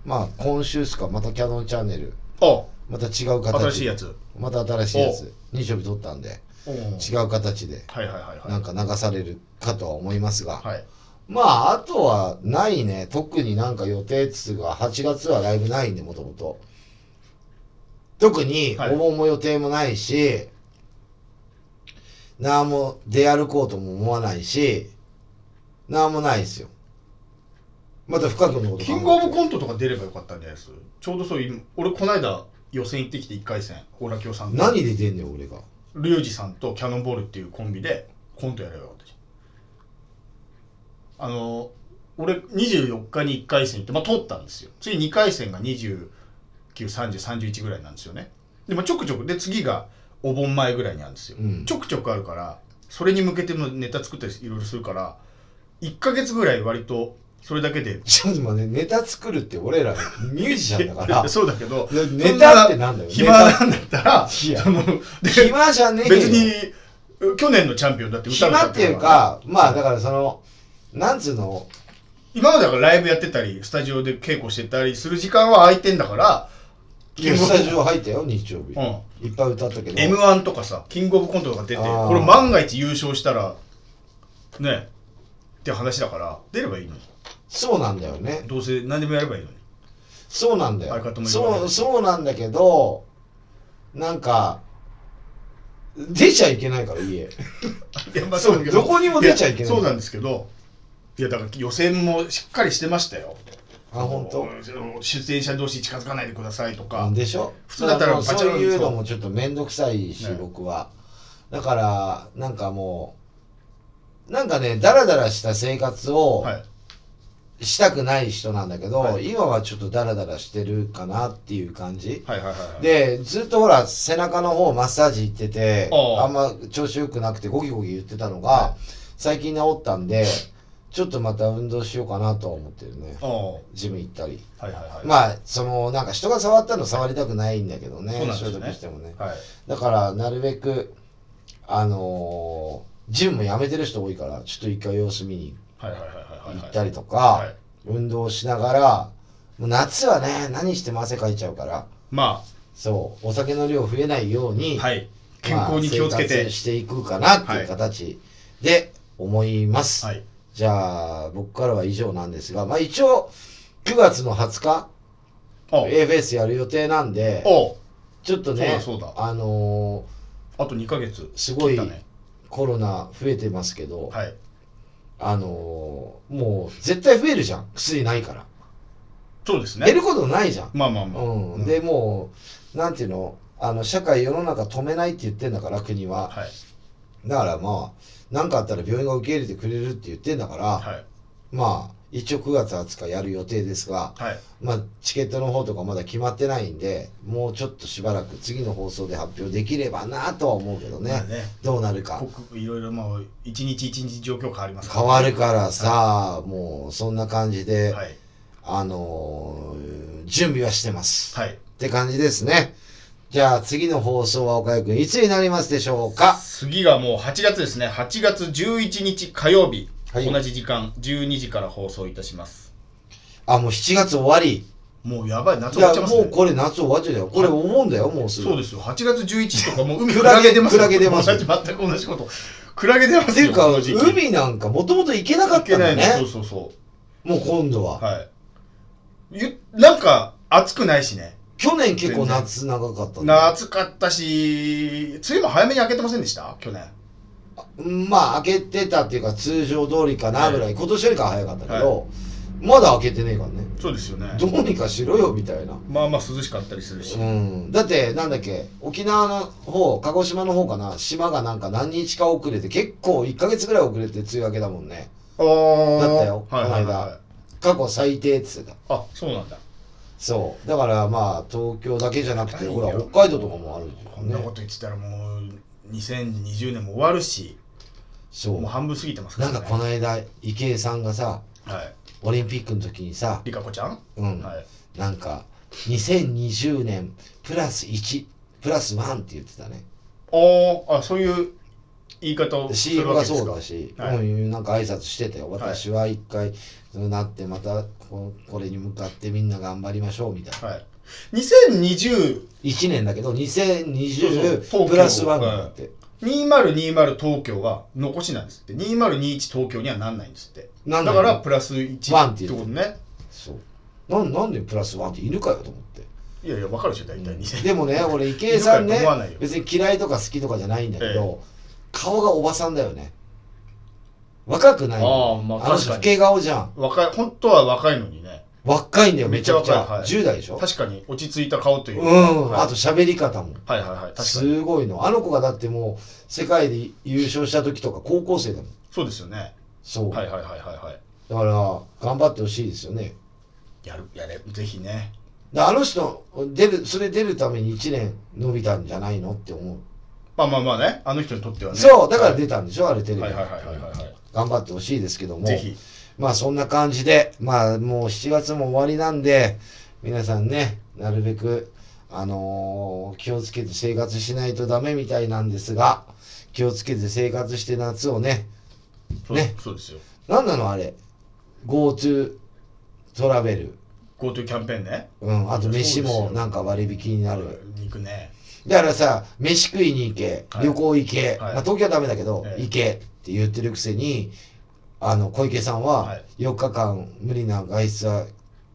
A: まあ、今週ですか、またキャノンチャンネル、
B: お
A: また違う形
B: 新しいやつ
A: また新しいやつ、日曜日撮ったんで、
B: おう
A: 違う形で、
B: はいはいはいはい
A: なんか流されるかとは思いますが、
B: はい
A: まあ、あとはないね、特になんか予定つが、8月はライブないんで、もともと。特に、
B: はい
A: お盆も予定もないし、なんも出歩こうとも思わないし、なんもないですよ。また深くのこと考えて
B: キングオブコントとか出ればよかったんじゃないですちょうどそういう、俺この間予選行ってきて1回戦、オラキオさんと、
A: 何で出んねん、俺が。
B: リュウジさんとキャノンボールっていうコンビでコントやればよかったじゃん。あの、俺24日に1回戦行って、まあ通ったんですよ。次2回戦が29、30、31ぐらいなんですよね。で、まあちょくちょく、で次がお盆前ぐらいにあるんですよ。
A: うん
B: ちょくちょくあるから、それに向けてのネタ作ったりいろいろするから、1ヶ月ぐらい割とそれだけで、
A: ちょっと待って、ネタ作るって俺らミュージシャンだから
B: そうだけど
A: ねネタってなんだよ
B: そな暇なんだったら
A: いや
B: そので
A: 暇じゃねえよ。
B: 別に去年のチャンピオンだって歌
A: 暇っていうか、まあだからその、なんつうの、
B: 今までだからライブやってたりスタジオで稽古してたりする時間は空いてんだから
A: いやスタジオ入ったよ、日曜日。
B: う
A: いっぱい歌ったけど。
B: m 1とかさキングオブコントとか出て
A: あー
B: これ万が一優勝したらねって話だから出ればいいのに
A: そうなんだよね。
B: どうせ何でもやればいいのに
A: そうなんだよ
B: 相方も。言わない
A: そう、そうなんだけど、なんか、出ちゃいけないから家。
B: いやまあ
A: そう
B: そうだけど
A: どこにも出ちゃいけない
B: やそうなんですけどいやだから予選もしっかりしてましたよ
A: あ、本当。
B: うん出演者同士近づかないでくださいとか、
A: でしょ
B: 普通だったら
A: もう
B: バチ
A: そ
B: ャ
A: う
B: ン
A: いうのもちょっと面倒くさいし、
B: ね
A: 僕はだからなんかもうなんかねダラダラした生活を
B: はい
A: したくない人なんだけど、
B: はい
A: 今はちょっとダラダラしてるかなっていう感じ。
B: はいはいはいはい。
A: で、ずっとほら、背中の方マッサージ行ってて、
B: ああ
A: あんま調子良くなくてゴキゴキ言ってたのが、
B: は
A: 最近治ったんで、ちょっとまた運動しようかなとは思ってるね。
B: おお
A: ジム行ったり。
B: ーはいはいはい。
A: まあ、その、なんか人が触ったの触りたくないんだけどね、
B: そうなんです
A: 消
B: よね
A: 毒してもね。
B: はい。
A: だから、なるべく、あのージムもやめてる人多いから、ちょっと一回様子見に
B: はいはいはいはいは
A: 行
B: い。
A: ったりとか、
B: はい。
A: 運動しながら、もう夏はね、何しても汗かいちゃうから、
B: ま
A: そう、お酒の量増えないように、
B: あ、はい。健康に気をつ
A: ま
B: け
A: あ生
B: て
A: 活。していくかなっていう形で思います。
B: はい。
A: じゃあ、僕からは以上なんですが、まあ一応、9月の20日、
B: おう
A: AFS やる予定なんで、
B: おう
A: ちょっと
B: そう
A: ね
B: だそうだ、
A: あの
B: あと2ヶ月。
A: すごい
B: 切ったね
A: ーコロナ増えてますけど、
B: はい。
A: あのーもう絶対増えるじゃん。薬ないから。
B: そうです
A: 減
B: ね。
A: ることないじゃん。
B: まあまあまあ。
A: うん。
B: うん
A: で、もう、なんていうのあの、社会、世の中止めないって言ってんだから、国は。
B: はい。
A: だからまあ、何かあったら病院が受け入れてくれるって言ってんだから、
B: はい。
A: まあ、一応9月20日やる予定ですが、
B: はい。
A: まあ、チケットの方とかまだ決まってないんで、もうちょっとしばらく次の放送で発表できればなとは思うけどね。
B: まあね。
A: どうなるか。
B: 僕いろいろもう一日一日状況変わります
A: 変わるからさ、もうそんな感じで、
B: ら。はい。
A: あのー準備はしてます。
B: はい。
A: って感じですね。じゃあ次の放送は岡井くん、いつになりますでしょうか
B: 次がもう8月ですね。8月11日火曜
A: は
B: 日。
A: い
B: 同じ時間、12時から放送いたします。
A: あ、もう7月終わり。
B: もうやばい、
A: い
B: 夏終わ
A: や
B: っちゃい、ます
A: も
B: ね。
A: うこれ夏終わっちゃうよ。これお盆だよ、もうすぐ。
B: そうですよ。8月11日とかもう海
A: クラゲ
B: よ
A: クラゲ出ます
B: 同じ 全く同じこと。クラゲ出ますよ。
A: っていうか、
B: この時期
A: 海なんかもともと行けなかっ
B: 行
A: た
B: け
A: ん
B: な
A: だ
B: いね。そう
A: ね。
B: そうそ
A: もう今度は。
B: う。はい。ゆなんか暑くないしね。
A: 去年結構夏長かったんだ。
B: 暑かったし、梅雨も早めに明けてませんでした去年。
A: まあ、開けてたっていうか、通常通りかなぐらい、今年よりかは早かったけど、
B: は
A: まだ開けてねえからね。
B: そうですよね。
A: どうにかしろよ、みたいな。
B: まあまあ涼しかったりするし。
A: うん。だって、なんだっけ、沖縄の方、鹿児島の方かな、島がなんか何日か遅れて、結構1ヶ月ぐらい遅れて梅雨明けだもんね。
B: あー
A: だったよ
B: はいはい
A: この
B: は
A: 間過去最低っつってた。
B: い。あ、そうなんだ。
A: そう。だからまあ、東京だけじゃなくて、
B: ない
A: ほ
B: よ
A: ら、北海道とかもあるんだ
B: こ
A: よ
B: んなこ
A: ね。
B: と言ってたらもう2020年も終わるし、
A: そ
B: もう
A: う。
B: 半分過ぎてますか
A: な
B: ら
A: ん
B: ね。
A: かこの間、池江さんがさ、
B: はい。
A: オリンピックの時にさ、
B: リカコちゃん
A: うん、
B: はい。
A: なんか、2020年、プラス1、プラス1って言ってたね。
B: おーあそういう言い方をす
A: CM
B: る
A: が
B: わけですか
A: そうだし、
B: はい
A: うんなんか挨拶してたよ。私は一回、そうなって、またこ、これに向かってみんな頑張りましょう、みたいな。
B: はい2020
A: 1年だけど、2020
B: そうそう
A: プラス1になって。
B: 2020東京は残しなんですって2021東京にはなんないんですって
A: なん
B: だ
A: だ
B: からプラス1
A: ワンって言う
B: ことね
A: そう。なんなんでプラスワンって犬かよと思って。
B: いやいやわかるでしょ大体2000
A: でもね、俺、池江さん
B: 犬
A: ね
B: かよと思わないよ、
A: 別に嫌いとか好きとかじゃないんだけど、顔がおばさんだよね。若くない
B: ああまあ
A: の
B: 確か
A: 人
B: に
A: 老け顔じゃん。
B: 若い本当は若いのにね
A: 若いんだよ、めちゃくち
B: めっちゃ
A: ゃ。
B: 若いはい
A: 10代でしょ
B: 確かに落ち着いた顔といううか
A: ん。
B: はい
A: あと喋り方も。
B: はいはいはい確かに
A: すごいの。あの子がだってもう、世界で優勝した時とか高校生だもん。
B: そうですよね
A: そう。
B: はい
A: だ
B: はいはいはいはい
A: から、頑張ってほしいですよね。
B: やるやれぜひね
A: であの人、出る、それ出るために1年伸びたんじゃないのって思う。
B: まあまあまあねあの人にとってはね
A: そう、だから出たんでしょ、あれテレビ。
B: はいはいはいはいはいはい
A: 頑張ってほしいですけども。
B: ぜひ
A: まあそんな感じで、まあもう7月も終わりなんで、皆さんね、なるべく、あのー気をつけて生活しないとダメみたいなんですが、気をつけて生活して夏をね、
B: そう
A: ね
B: そうですよ
A: なんなのあれ、GoTo トラベル。
B: GoTo キャンペーンね
A: うん、あと飯
B: そうですよ
A: もなんか割引になる。
B: 肉ね
A: だからさ、飯食いに行け
B: は、い
A: 旅行行け、
B: はい
A: まあ東京はダメだけど、
B: ええ
A: 行けって言ってるくせに、あの、小池さん
B: は
A: はい4日間無理な外出は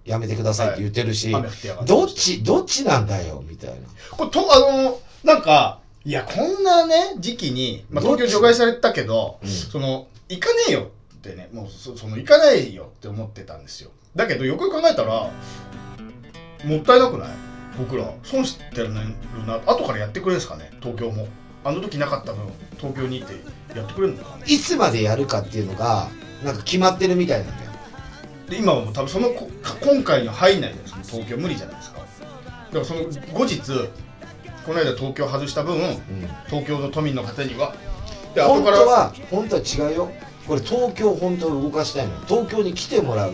A: やめてくださいって言ってるし、
B: 雨降ってやがって
A: どっち、どっちなんだよ、みたいな。
B: これとあのなんかいやこんなね時期に、まあ、東京除外されたけど、
A: うん
B: その行かねえよってねもうそその行かないよって思ってたんですよだけどよくよく考えたらもったいなくない僕ら損してるな後からやってくれるんですかね東京もあの時なかった分東京に行ってやってくれるのかね
A: いつまでやるかっていうのが、なんか決まってるみたいなんだよ。
B: で今はもう多分そのこ今回には入んないじゃないですか東京無理じゃないですかだからその後日この間東京外した分
A: うん
B: 東京の都民の方にはで後
A: 本当
B: から
A: は本当は違うよこれ東京を本当は動かしたいの東京に来てもらう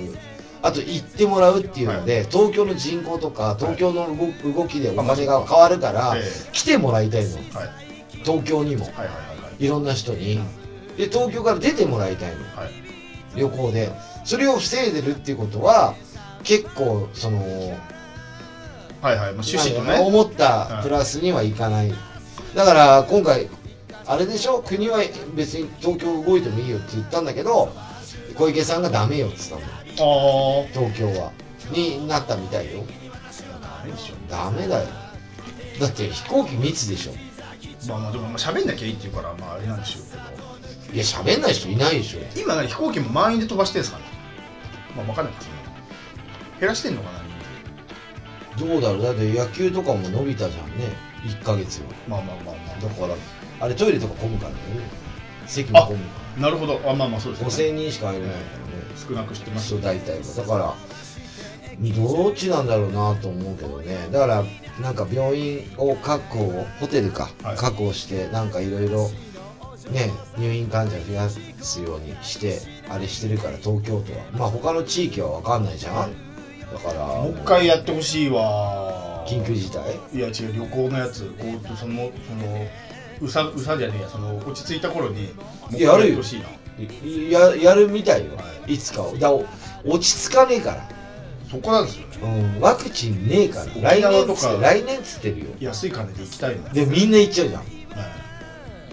A: あと行ってもらうっていうので、東京の人口とか東京の動,、動きでお金が変わるから、
B: え
A: 来てもらいたいの
B: はい
A: 東京にも
B: はいはいはい
A: ろんな人にで東京から出てもらいたいの
B: いはいはい
A: 旅行でそれを防いでるっていうことは結構その
B: はいはいもう趣旨と
A: まあ
B: ね
A: 思ったプラスにはいかない、だから今回あれでしょ国は別に東京動いてもいいよって言ったんだけど小池さんがダメよって言ったの
B: あ
A: 東京はになったみたいよ
B: ああれでしょ
A: ダメだよだって飛行機密でしょ
B: まあまあでもまあ喋んなきゃいいっていうからまああれなんでしょうけど
A: いや喋んない人いないでしょ
B: 今何飛行機も満員で飛ばしてるんですかねまあ分かんないですね減らしてんのかな人数
A: どうだろうだって野球とかも伸びたじゃんね1ヶ月は
B: まあまあまあま
A: だからあれトイレとか混むからね席も混むか
B: あなるほどあまあまあそうで
A: ら
B: すね
A: 5000人しか入れないからね
B: 少なくしてます
A: そう大体がだからどっちなんだろうなと思うけどねだからなんか病院を確保をホテルか、
B: はい
A: 確保してなんかいろいろね入院患者増やすようにしてあれしてるから東京都はまあ他の地域は分かんないじゃん、だから
B: もう一回やってほしいわ
A: 緊急事態
B: いや違う旅行のやつこうそのそのうさうさじゃねえやその落ち着いた頃にもう一回
A: やるよ
B: ってほしいない
A: ややるみたいよ、、
B: はい
A: つかをだから落ち着かねえから、
B: そこなんですよね
A: うん、ワクチンねえから来
B: 沖縄
A: 年
B: と
A: っつっ
B: か
A: て来年っつってるよ
B: 安い金で行きたいの、はい
A: でみんな行っちゃうじゃん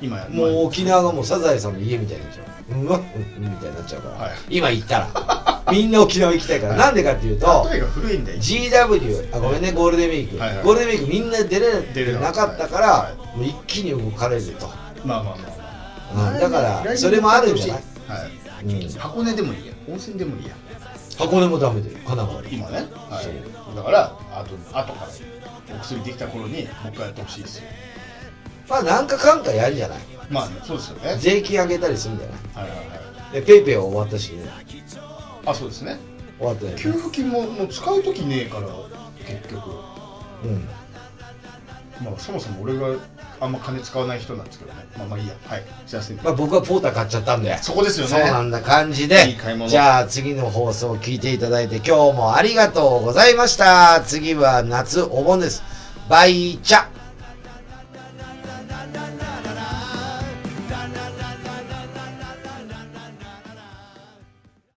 B: 今や
A: もう沖縄がもうサザエさんの家みたいになっちゃううわうんうんみたいになっちゃうから、
B: はい
A: 今行ったら みんな沖縄行きたいからなんでかっていうと
B: 例えが古いんだよ
A: GW あごめんねゴールデンウィーク、
B: はいはい
A: ゴールデンウィークみんな出
B: 出れ
A: れ
B: な
A: な
B: かっ
A: か
B: た
A: ったから、
B: はい
A: もう一気に動かれると、
B: まあまあまあ
A: うん
B: まあ
A: だからそれもあるんじゃない、
B: はい
A: うん、
B: 箱根でもいいや温泉でもいいや
A: 箱根もダメで神奈川で
B: 今ね、は
A: そう
B: い、だからあと後からお薬できた頃にもう一回やってほしいですよ
A: まあなんかかんかやるじゃない
B: まあねそうですよね
A: 税金上げたりするんじゃない
B: はいはいはい
A: でペイペイは終わったしね
B: あそうですね
A: 終わったよね
B: 給付金ももう使う時ねえから結局
A: うん
B: まあ、そもそも俺があんま金使わない人なんですけどね。まあまあいいや。はい。幸せに。
A: まあ僕はポーター買っちゃったんで
B: そこですよね。
A: そうなんだ感じで
B: いい買い物
A: じゃあ次の放送を聞いていただいて今日もありがとうございました次は夏お盆ですバイチャ